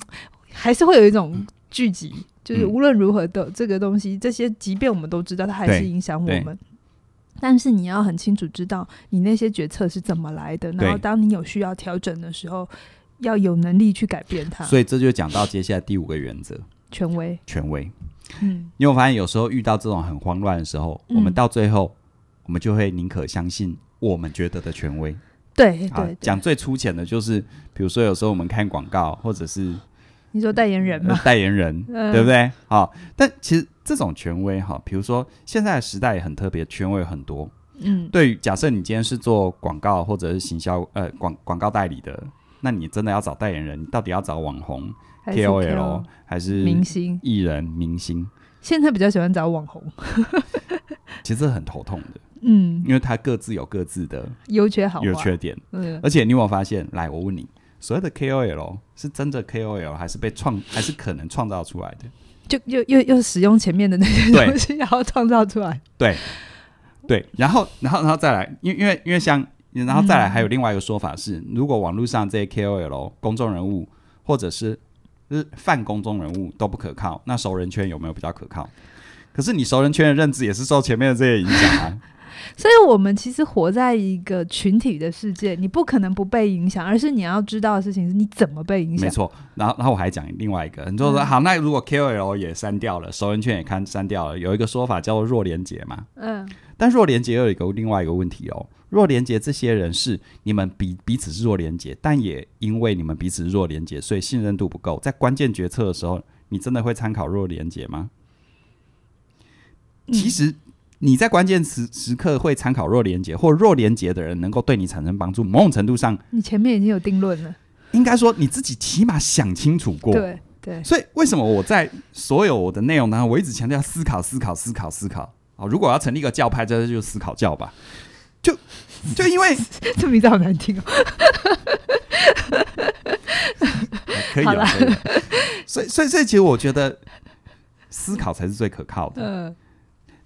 [SPEAKER 1] 还是会有一种聚集，就是
[SPEAKER 2] 嗯
[SPEAKER 1] 无论如何的这个东西，这些即便我们都知道，它还是
[SPEAKER 2] 对
[SPEAKER 1] 影响我
[SPEAKER 2] 对
[SPEAKER 1] 们。但是你要很清楚知道你那些决策是怎么来的，然后
[SPEAKER 2] 对
[SPEAKER 1] 当你有需要调整的时候，要有能力去改变它。
[SPEAKER 2] 所以这就讲到接下来第五个原则：
[SPEAKER 1] 权威，
[SPEAKER 2] 权威。
[SPEAKER 1] 嗯，
[SPEAKER 2] 因为我发现有时候遇到这种很慌乱的时候，
[SPEAKER 1] 嗯
[SPEAKER 2] 我们到最后，我们就会宁可相信我们觉得的权威。
[SPEAKER 1] 对
[SPEAKER 2] 啊
[SPEAKER 1] 对，对，
[SPEAKER 2] 讲最粗浅的就是，比如说有时候我们看广告，或者是
[SPEAKER 1] 你说代言人
[SPEAKER 2] 呃
[SPEAKER 1] 嘛，
[SPEAKER 2] 代言人，
[SPEAKER 1] 嗯
[SPEAKER 2] 对不对？好、但其实这种权威哈，比如说现在的时代也很特别，权威有很多。
[SPEAKER 1] 嗯，
[SPEAKER 2] 对于假设你今天是做广告或者是行销，呃，广广告代理的，那你真的要找代言人，你到底要找网红、
[SPEAKER 1] 还是
[SPEAKER 2] KOL 还是
[SPEAKER 1] 明星，
[SPEAKER 2] 艺人、明星？
[SPEAKER 1] 现在比较喜欢找网红，
[SPEAKER 2] 其实很头痛的，
[SPEAKER 1] 嗯，
[SPEAKER 2] 因为它各自有各自的
[SPEAKER 1] 优缺好啊
[SPEAKER 2] 优
[SPEAKER 1] 坏，
[SPEAKER 2] 缺点。
[SPEAKER 1] 嗯，
[SPEAKER 2] 而且你有没有发现？来，我问你，所谓的 KOL 是真的 KOL，还是被创，还是可能创造出来的？
[SPEAKER 1] 就又又又使用前面的那些
[SPEAKER 2] 对
[SPEAKER 1] 东西，然后创造出来。
[SPEAKER 2] 对，然后然后然后再来，因为因为因为像然后再来
[SPEAKER 1] 嗯
[SPEAKER 2] 还有另外一个说法是，如果网络上这些 KOL 公众人物或者是呃泛公众人物都不可靠，那熟人圈有没有比较可靠？可是你熟人圈的认知也是受前面的这些影响啊，
[SPEAKER 1] 所以我们其实活在一个群体的世界，你不可能不被影响，而是你要知道的事情是你怎么被影
[SPEAKER 2] 没
[SPEAKER 1] 响。
[SPEAKER 2] 错。然后然后我还讲另外一个，你就说、
[SPEAKER 1] 嗯
[SPEAKER 2] 好，那如果 KOL 也删掉了，熟人圈也看删掉了，有一个说法叫做弱连结嘛，
[SPEAKER 1] 嗯，
[SPEAKER 2] 但弱连结又有一个另外一个问题哦，弱连结这些人是你们彼彼此是弱连结，但也因为你们彼此是弱连结，所以信任度不够，在关键决策的时候，你真的会参考弱连结吗？
[SPEAKER 1] 嗯
[SPEAKER 2] 其实你在关键时时刻会参考弱连结，或弱连结的人能够对你产生帮助，某种程度上
[SPEAKER 1] 你前面已经有定论了。
[SPEAKER 2] 应该说你自己起码想清楚过。
[SPEAKER 1] 对对，
[SPEAKER 2] 所以为什么我在所有我的内容当中，我一直强调思考、思考、思考、思考啊、哦如果我要成立一个教派，这就是思考教吧。就 就因为
[SPEAKER 1] 这名字好难听哦。
[SPEAKER 2] 可以
[SPEAKER 1] 好
[SPEAKER 2] 了
[SPEAKER 1] 啦，
[SPEAKER 2] 可以了啊所以所以所以其实我觉得思考才是最可靠的。
[SPEAKER 1] 嗯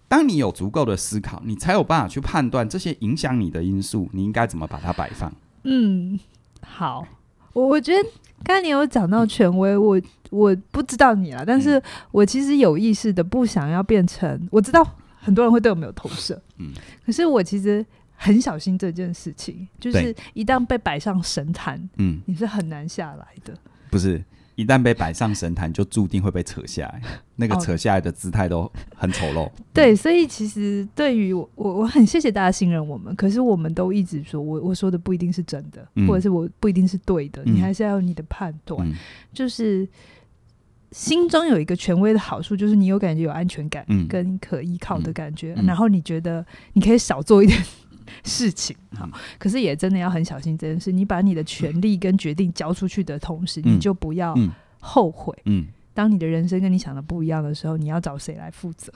[SPEAKER 2] 当你有足够的思考，你才有办法去判断这些影响你的因素，你应该怎么把它摆放。
[SPEAKER 1] 嗯，好，我我觉得刚才你有讲到权威，我我不知道你啦，但
[SPEAKER 2] 嗯
[SPEAKER 1] 是我其实有意识的不想要变成，我知道很多人会对我们有投射，
[SPEAKER 2] 嗯
[SPEAKER 1] 可是我其实很小心这件事情，就是
[SPEAKER 2] 对
[SPEAKER 1] 一旦被摆上神坛，
[SPEAKER 2] 嗯，
[SPEAKER 1] 你是很难下来的。
[SPEAKER 2] 不是，一旦被摆上神坛，就注定会被扯下来。那个
[SPEAKER 1] 哦
[SPEAKER 2] 扯下来的姿态都很丑陋。
[SPEAKER 1] 对，所以其实对于我，我我很谢谢大家信任我们，可是我们都一直说我我说的不一定是真的，
[SPEAKER 2] 嗯
[SPEAKER 1] 或者是我不一定是对的，
[SPEAKER 2] 嗯
[SPEAKER 1] 你还是要有你的判断。
[SPEAKER 2] 嗯
[SPEAKER 1] 就是心中有一个权威的好处，就是你有感觉有安全感
[SPEAKER 2] 嗯，
[SPEAKER 1] 跟可依靠的感觉，
[SPEAKER 2] 嗯嗯
[SPEAKER 1] 然后你觉得你可以少做一点事情，好
[SPEAKER 2] 嗯，
[SPEAKER 1] 可是也真的要很小心这件事。你把你的权利跟决定交出去的同时，
[SPEAKER 2] 嗯
[SPEAKER 1] 你就不要
[SPEAKER 2] 嗯
[SPEAKER 1] 后悔。
[SPEAKER 2] 嗯，
[SPEAKER 1] 当你的人生跟你想的不一样的时候，你要找谁来负责？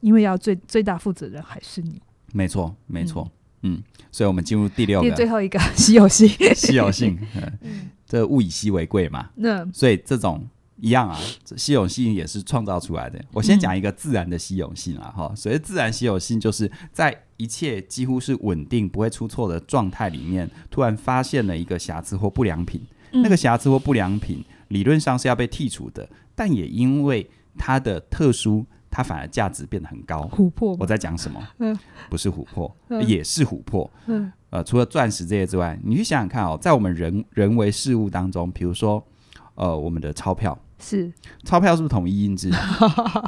[SPEAKER 1] 因为要最最大负责人还是你。
[SPEAKER 2] 没错，没错。嗯，所以我们进入第六
[SPEAKER 1] 因为最
[SPEAKER 2] 个
[SPEAKER 1] 后一个 稀有性，
[SPEAKER 2] 稀有性，嗯这物以稀为贵嘛。
[SPEAKER 1] 那
[SPEAKER 2] 所以这种一样啊，这稀有性也是创造出来的。我先讲一个自然的稀有性啊，哈、所谓自然稀有性，就是在一切几乎是稳定、不会出错的状态里面，突然发现了一个瑕疵或不良品。那个瑕疵或不良品，理论上是要被剔除的，但也因为它的特殊，它反而价值变得很高。
[SPEAKER 1] 琥珀
[SPEAKER 2] 我
[SPEAKER 1] 嘛，
[SPEAKER 2] 在讲什么？
[SPEAKER 1] 嗯
[SPEAKER 2] 不是琥珀，
[SPEAKER 1] 嗯
[SPEAKER 2] 也是琥珀。
[SPEAKER 1] 嗯
[SPEAKER 2] 呃，除了钻石这些之外，你去想想看哦，在我们人人为事物当中，比如说，呃，我们的钞票，
[SPEAKER 1] 是
[SPEAKER 2] 钞票是不是统一 印制？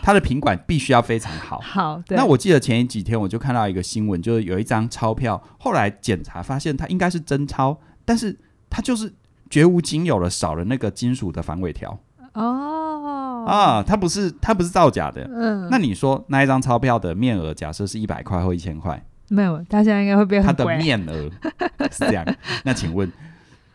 [SPEAKER 2] 它的品管必须要非常好。
[SPEAKER 1] 好。对
[SPEAKER 2] 那我记得前几天我就看到一个新闻，就是有一张钞票，后来检查发现它应该是真钞，但是它就是绝无仅有的少了那个金属的防伪条、
[SPEAKER 1] 哦
[SPEAKER 2] 啊，它不是它不是造假的。
[SPEAKER 1] 嗯，
[SPEAKER 2] 那你说那一张钞票的面额，假设是一百块或一千块，
[SPEAKER 1] 没有，他现在应该会变
[SPEAKER 2] 它
[SPEAKER 1] 很
[SPEAKER 2] 的
[SPEAKER 1] 乖。
[SPEAKER 2] 面 额是这样。那请问，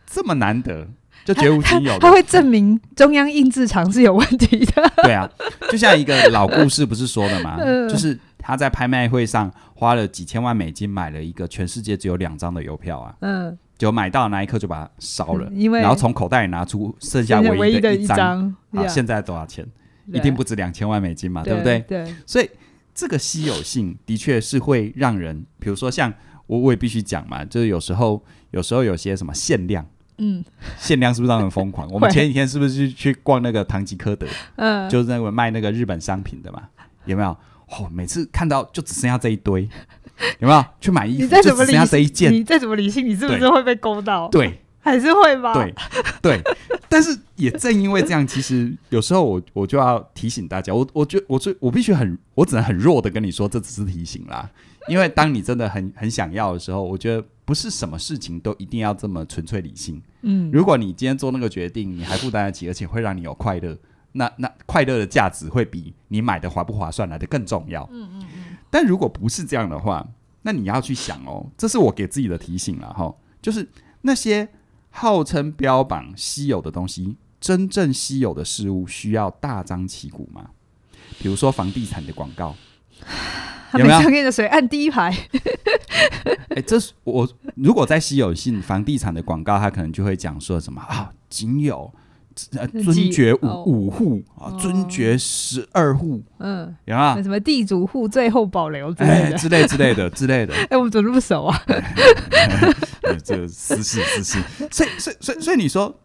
[SPEAKER 2] 这么难得就绝无仅有
[SPEAKER 1] 他
[SPEAKER 2] 的，
[SPEAKER 1] 会证明中央印制厂是有问题 的。
[SPEAKER 2] 对啊，就像一个老故事不是说的吗？
[SPEAKER 1] 嗯
[SPEAKER 2] 就是他在拍卖会上花了几千万美金买了一个全世界只有两张的邮票啊，
[SPEAKER 1] 嗯，
[SPEAKER 2] 就买到的那一刻就把它烧了，
[SPEAKER 1] 嗯因为
[SPEAKER 2] 然后从口袋里拿出剩下
[SPEAKER 1] 现在
[SPEAKER 2] 唯
[SPEAKER 1] 唯
[SPEAKER 2] 一
[SPEAKER 1] 的
[SPEAKER 2] 的
[SPEAKER 1] 一
[SPEAKER 2] 张。
[SPEAKER 1] 张，
[SPEAKER 2] 啊，
[SPEAKER 1] Yeah，
[SPEAKER 2] 现在多少钱？
[SPEAKER 1] 对
[SPEAKER 2] 一定不止两千万美金嘛，对不
[SPEAKER 1] 对
[SPEAKER 2] 对？？
[SPEAKER 1] 对，
[SPEAKER 2] 所以这个稀有性的确是会让人，比如说像我，我也必须讲嘛，就是有时候，有时候有些什么限量，
[SPEAKER 1] 嗯
[SPEAKER 2] 限量是不是让人疯狂？我们
[SPEAKER 1] 会
[SPEAKER 2] 前几天是不是去去逛那个唐吉 诃德，
[SPEAKER 1] 嗯，
[SPEAKER 2] 就是那个卖那个日本商品的嘛？有没有？哦，每次看到就只剩下这 一堆，有没有？去买衣
[SPEAKER 1] 你
[SPEAKER 2] 服
[SPEAKER 1] 再
[SPEAKER 2] 就
[SPEAKER 1] 怎么
[SPEAKER 2] 只剩下
[SPEAKER 1] 理
[SPEAKER 2] 这
[SPEAKER 1] 性，
[SPEAKER 2] 一件，
[SPEAKER 1] 你再怎么理性，你是不是
[SPEAKER 2] 对
[SPEAKER 1] 会被勾到？，
[SPEAKER 2] 对
[SPEAKER 1] 还是会吧？
[SPEAKER 2] 对对。但是也正因为这样，其实有时候我我就要提醒大家，我我觉我最我必须很我只能很弱的跟你说，这只是提醒啦。因为当你真的很很想要的时候，我觉得不是什么事情都一定要这么纯粹理性。
[SPEAKER 1] 嗯，
[SPEAKER 2] 如果你今天做那个决定，你还负担得起，而且会让你有快乐，那那快乐的价值会比你买的划不划算来的更重要。嗯嗯嗯。但如果不是这样的话，那你要去想哦，这是我给自己的提醒了哈，就是那些号称标榜稀有的东西，真正稀有的事物需要大张旗鼓吗？比如说房地产的广告，
[SPEAKER 1] 他
[SPEAKER 2] 有
[SPEAKER 1] 每
[SPEAKER 2] 没有
[SPEAKER 1] 次跟着谁按第一排？
[SPEAKER 2] 哎，这是我如果在稀有性房地产的广告，它可能就会讲说什么啊，仅有呃
[SPEAKER 1] 那
[SPEAKER 2] 尊
[SPEAKER 1] 几
[SPEAKER 2] 爵五、
[SPEAKER 1] 哦
[SPEAKER 2] 五户啊，
[SPEAKER 1] 哦
[SPEAKER 2] 尊爵十二户，
[SPEAKER 1] 嗯，
[SPEAKER 2] 有啊
[SPEAKER 1] 那，什么地主户最后保留之类
[SPEAKER 2] 哎，
[SPEAKER 1] 的。
[SPEAKER 2] 之类之类的之类的，
[SPEAKER 1] 哎，我们怎么那么熟啊？
[SPEAKER 2] 哎这个私事私事。所以所以所以所以你说，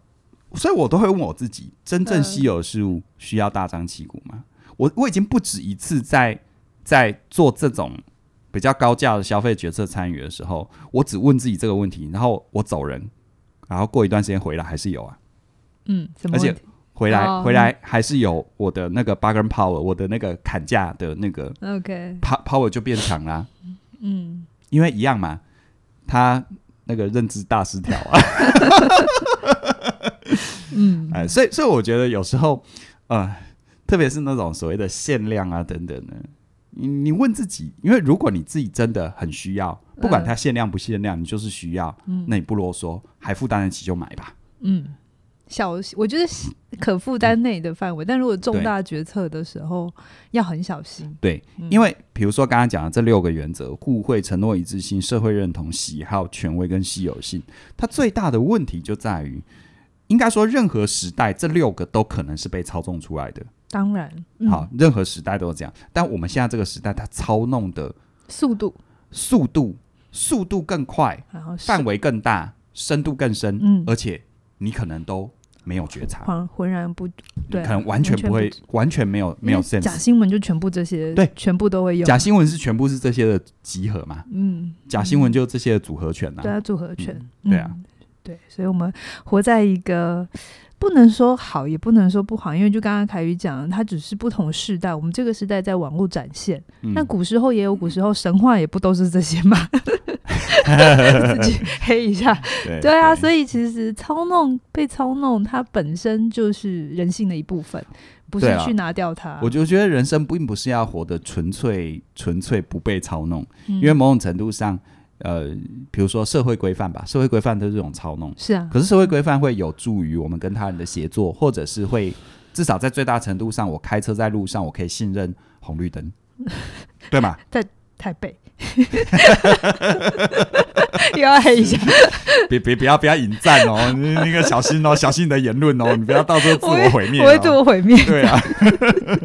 [SPEAKER 2] 所以我都会问我自己，真正
[SPEAKER 1] 嗯
[SPEAKER 2] 稀有的事物需要大张旗鼓吗？我我已经不止一次在在做这种比较高价的消费决策参与的时候，我只问自己这个问题，然后我走人，然后过一段时间回来还是有啊，
[SPEAKER 1] 嗯，什么
[SPEAKER 2] 而且
[SPEAKER 1] 问题？
[SPEAKER 2] 回来、
[SPEAKER 1] 哦
[SPEAKER 2] 回来还是有我的那个 bargain power，我的那个砍价的那个
[SPEAKER 1] OK，
[SPEAKER 2] pa- power 就变强啦、
[SPEAKER 1] 嗯，
[SPEAKER 2] 因为一样嘛，他那个认知大失调啊，嗯，哎，所以所以我觉得有时候，呃，特别是那种所谓的限量啊等等的，你你问自己，因为如果你自己真的很需要，不管
[SPEAKER 1] 嗯
[SPEAKER 2] 它限量不限量，你就是需要，那你不啰嗦，还负担得起就买吧。
[SPEAKER 1] 嗯，小，我觉得是可负担内的范围，但如果重
[SPEAKER 2] 对
[SPEAKER 1] 大决策的时候要很小心。
[SPEAKER 2] 对，因为比如说刚刚讲的这六个原则：互惠、承诺、一致性、社会认同、喜好、权威跟稀有性。它最大的问题就在于，应该说任何时代这六个都可能是被操纵出来的。
[SPEAKER 1] 当然，嗯、
[SPEAKER 2] 好，，任何时代都是这样，但我们现在这个时代，它操弄的
[SPEAKER 1] 速度，
[SPEAKER 2] 速度、速度更快，
[SPEAKER 1] 然后
[SPEAKER 2] 范围更大，深度更深，
[SPEAKER 1] 嗯
[SPEAKER 2] 而且你可能都没有觉察，
[SPEAKER 1] 浑浑然不对啊
[SPEAKER 2] 可能完全
[SPEAKER 1] 完全
[SPEAKER 2] 不会
[SPEAKER 1] 不知，
[SPEAKER 2] 完全没有没有
[SPEAKER 1] 因为假
[SPEAKER 2] sense。
[SPEAKER 1] 新闻就全部这些，
[SPEAKER 2] 对
[SPEAKER 1] 全部都会用。
[SPEAKER 2] 假新闻是全部是这些的集合嘛？
[SPEAKER 1] 嗯，
[SPEAKER 2] 假新闻就是这些的组合拳呐、
[SPEAKER 1] 对啊，组合拳，
[SPEAKER 2] 对啊
[SPEAKER 1] 嗯对，所以我们活在一个不能说好，也不能说不好，因为就刚刚凯宇讲，它只是不同时代，我们这个时代在网络展现，
[SPEAKER 2] 嗯
[SPEAKER 1] 那古时候也有古时候神话，也不都是这些嘛， 自 己黑一下，
[SPEAKER 2] 哎对
[SPEAKER 1] 对啊，
[SPEAKER 2] 以
[SPEAKER 1] 所以其实操弄被操弄，它本身就是人性的一部分，不是
[SPEAKER 2] 对啊
[SPEAKER 1] 去拿掉它。嗯
[SPEAKER 2] 我就觉得人生并不是要活得纯粹、纯粹不被操弄，
[SPEAKER 1] 因
[SPEAKER 2] 因为某种程度上，呃，比如说社会规范吧，社会规范都是这种操弄，
[SPEAKER 1] 是啊，
[SPEAKER 2] 可是社会规范会有助于我们跟他人的协作，或者是会至少在最大程度上，我开车在路上，我可以信任红绿 灯，对吗？
[SPEAKER 1] 台北 又要黑一下，
[SPEAKER 2] 别别不要不要引战 哦，你那个小心哦，小心你的言论哦，你不要到时候自
[SPEAKER 1] 我会
[SPEAKER 2] 我毁灭、
[SPEAKER 1] 我会自
[SPEAKER 2] 哦。
[SPEAKER 1] 我毁灭。
[SPEAKER 2] 对啊，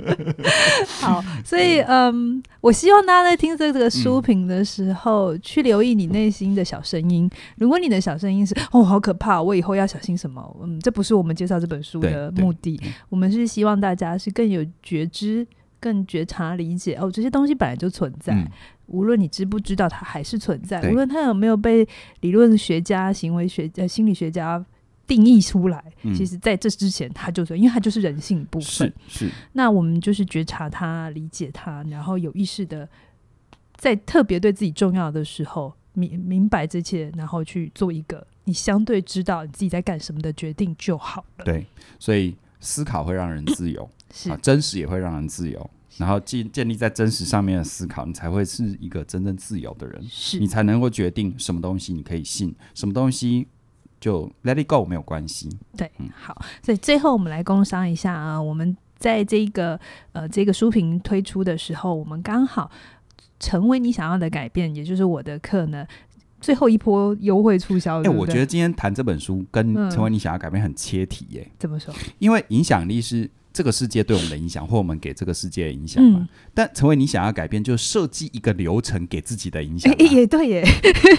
[SPEAKER 1] 好，所以嗯，我希望大家在听这个
[SPEAKER 2] 嗯
[SPEAKER 1] 书评的时候，去留意你内心的小声音。如果你的小声音是“哦，好可怕，我以后要小心什么”，嗯，这不是我们介绍这本书的
[SPEAKER 2] 对对
[SPEAKER 1] 目的
[SPEAKER 2] 对。
[SPEAKER 1] 我们是希望大家是更有觉知、更觉察、理解哦，这些东西本来就存在，
[SPEAKER 2] 嗯，
[SPEAKER 1] 无论你知不知道，它还是存在。
[SPEAKER 2] 对
[SPEAKER 1] 无论它有没有被理论学家、行为学、呃、心理学家定义出来，
[SPEAKER 2] 嗯
[SPEAKER 1] 其实在这之前，它就是因为它就是人性部分
[SPEAKER 2] 是。是，
[SPEAKER 1] 那我们就是觉察它、理解它，然后有意识的在特别对自己重要的时候明明白这些，然后去做一个你相对知道你自己在干什么的决定就好了。
[SPEAKER 2] 对，所以思考会让人自由。
[SPEAKER 1] 是
[SPEAKER 2] 啊，真实也会让人自由。然后建建立在真实上面的思考，你才会是一个真正自由的人，
[SPEAKER 1] 是
[SPEAKER 2] 你才能够决定什么东西你可以信，什么东西就 let it go 没有关系。
[SPEAKER 1] 对
[SPEAKER 2] 嗯，
[SPEAKER 1] 好，所以最后我们来工商一下啊，我们在这个呃这个书评推出的时候，我们刚好成为你想要的改变，也就是我的课呢最后一波优惠促销。
[SPEAKER 2] 哎、
[SPEAKER 1] 哦对不
[SPEAKER 2] 我
[SPEAKER 1] 对
[SPEAKER 2] 觉得今天谈这本书跟
[SPEAKER 1] 嗯
[SPEAKER 2] 成为你想要改变很切题耶、
[SPEAKER 1] 怎么说？
[SPEAKER 2] 因为影响力是这个世界对我们的影响，或我们给这个世界的影响嘛。
[SPEAKER 1] 嗯，
[SPEAKER 2] 但成为你想要改变，就设计一个流程给自己的影响
[SPEAKER 1] 哎、
[SPEAKER 2] 嘛、
[SPEAKER 1] 哎也对耶，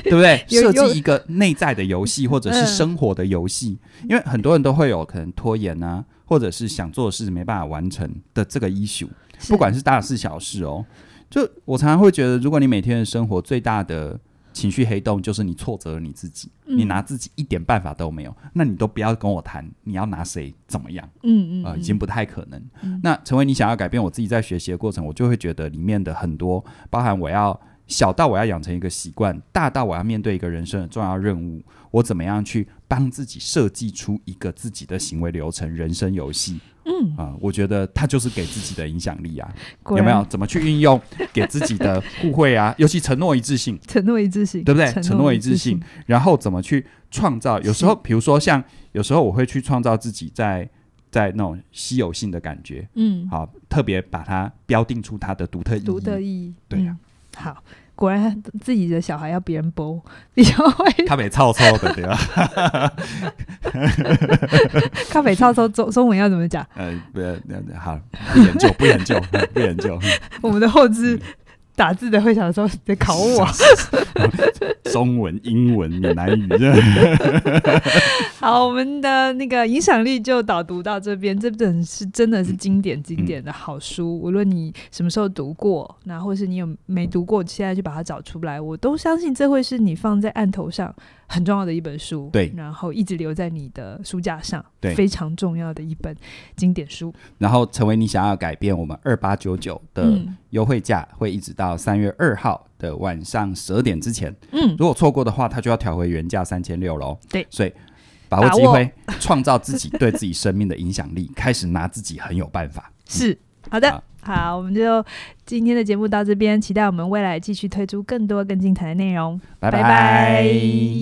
[SPEAKER 2] 对不对？
[SPEAKER 1] 有
[SPEAKER 2] 设
[SPEAKER 1] 有嗯
[SPEAKER 2] 计一个内在的游戏，或者是生活的游戏，因为很多人都会有可能拖延啊，或者是想做的事没办法完成的这个 issue，
[SPEAKER 1] 是
[SPEAKER 2] 不管是大事小事哦。就我常常会觉得，如果你每天的生活最大的情绪黑洞就是你挫折了你自己，
[SPEAKER 1] 嗯
[SPEAKER 2] 你拿自己一点办法都没有，那你都不要跟我谈你要拿谁怎么样。
[SPEAKER 1] 嗯嗯
[SPEAKER 2] 呃，
[SPEAKER 1] 嗯
[SPEAKER 2] 已经不太可能。
[SPEAKER 1] 嗯
[SPEAKER 2] 那成为你想要改变，我自己在学习的过程，我就会觉得里面的很多，包含我要小到我要养成一个习惯，大到我要面对一个人生的重要任务，我怎么样去帮自己设计出一个自己的行为流程、人生游戏
[SPEAKER 1] 嗯，
[SPEAKER 2] 啊、我觉得它就是给自己的影响力啊，
[SPEAKER 1] 果
[SPEAKER 2] 有没有
[SPEAKER 1] 然
[SPEAKER 2] 怎么去运用给自己的互惠啊，尤其承诺一致性，
[SPEAKER 1] 承诺一致性，
[SPEAKER 2] 对不对？承诺一致性
[SPEAKER 1] 性，，
[SPEAKER 2] 然后怎么去创造？有时候，
[SPEAKER 1] 是
[SPEAKER 2] 比如说像有时候我会去创造自己在在那种稀有性的感觉，
[SPEAKER 1] 嗯，
[SPEAKER 2] 好，特别把它标定出它的独特意义。
[SPEAKER 1] 独特意义。
[SPEAKER 2] 对啊
[SPEAKER 1] 嗯好，果然自己的小孩要别人包， 比较会
[SPEAKER 2] 他被操操的对吧？
[SPEAKER 1] 咖 啡操操中中文要怎么讲？
[SPEAKER 2] 呃，不要，那好，不研究，不研究，不研 究。
[SPEAKER 1] 我们的后
[SPEAKER 2] 嗯
[SPEAKER 1] 置打字的会想说在考我。
[SPEAKER 2] 哦 中文、英文、闽南语，
[SPEAKER 1] 好，我们的那个影响力就导读到这边，这本是真的是经典经典的好书，无论你什么时候读过，那或是你有没读过，现在就把它找出来，我都相信这会是你放在案头上很重要的一本书，
[SPEAKER 2] 对
[SPEAKER 1] 然后一直留在你的书架上，
[SPEAKER 2] 对
[SPEAKER 1] 非常重要的一本经典书，
[SPEAKER 2] 然后成为你想要改变我们二八九九的
[SPEAKER 1] 嗯
[SPEAKER 2] 优惠价，会一直到三月二号的晚上十二点之前。
[SPEAKER 1] 嗯，
[SPEAKER 2] 如果错过的话，它就要调回原价三千六喽。
[SPEAKER 1] 对
[SPEAKER 2] 所以把握机会，创造自己对自己生命的影响力，开始拿自己很有办 法。
[SPEAKER 1] 是好的
[SPEAKER 2] 好。
[SPEAKER 1] 好，我们就今天的节目到这边，期待我们未来继续推出更多更精彩的内容。
[SPEAKER 2] 拜
[SPEAKER 1] 拜拜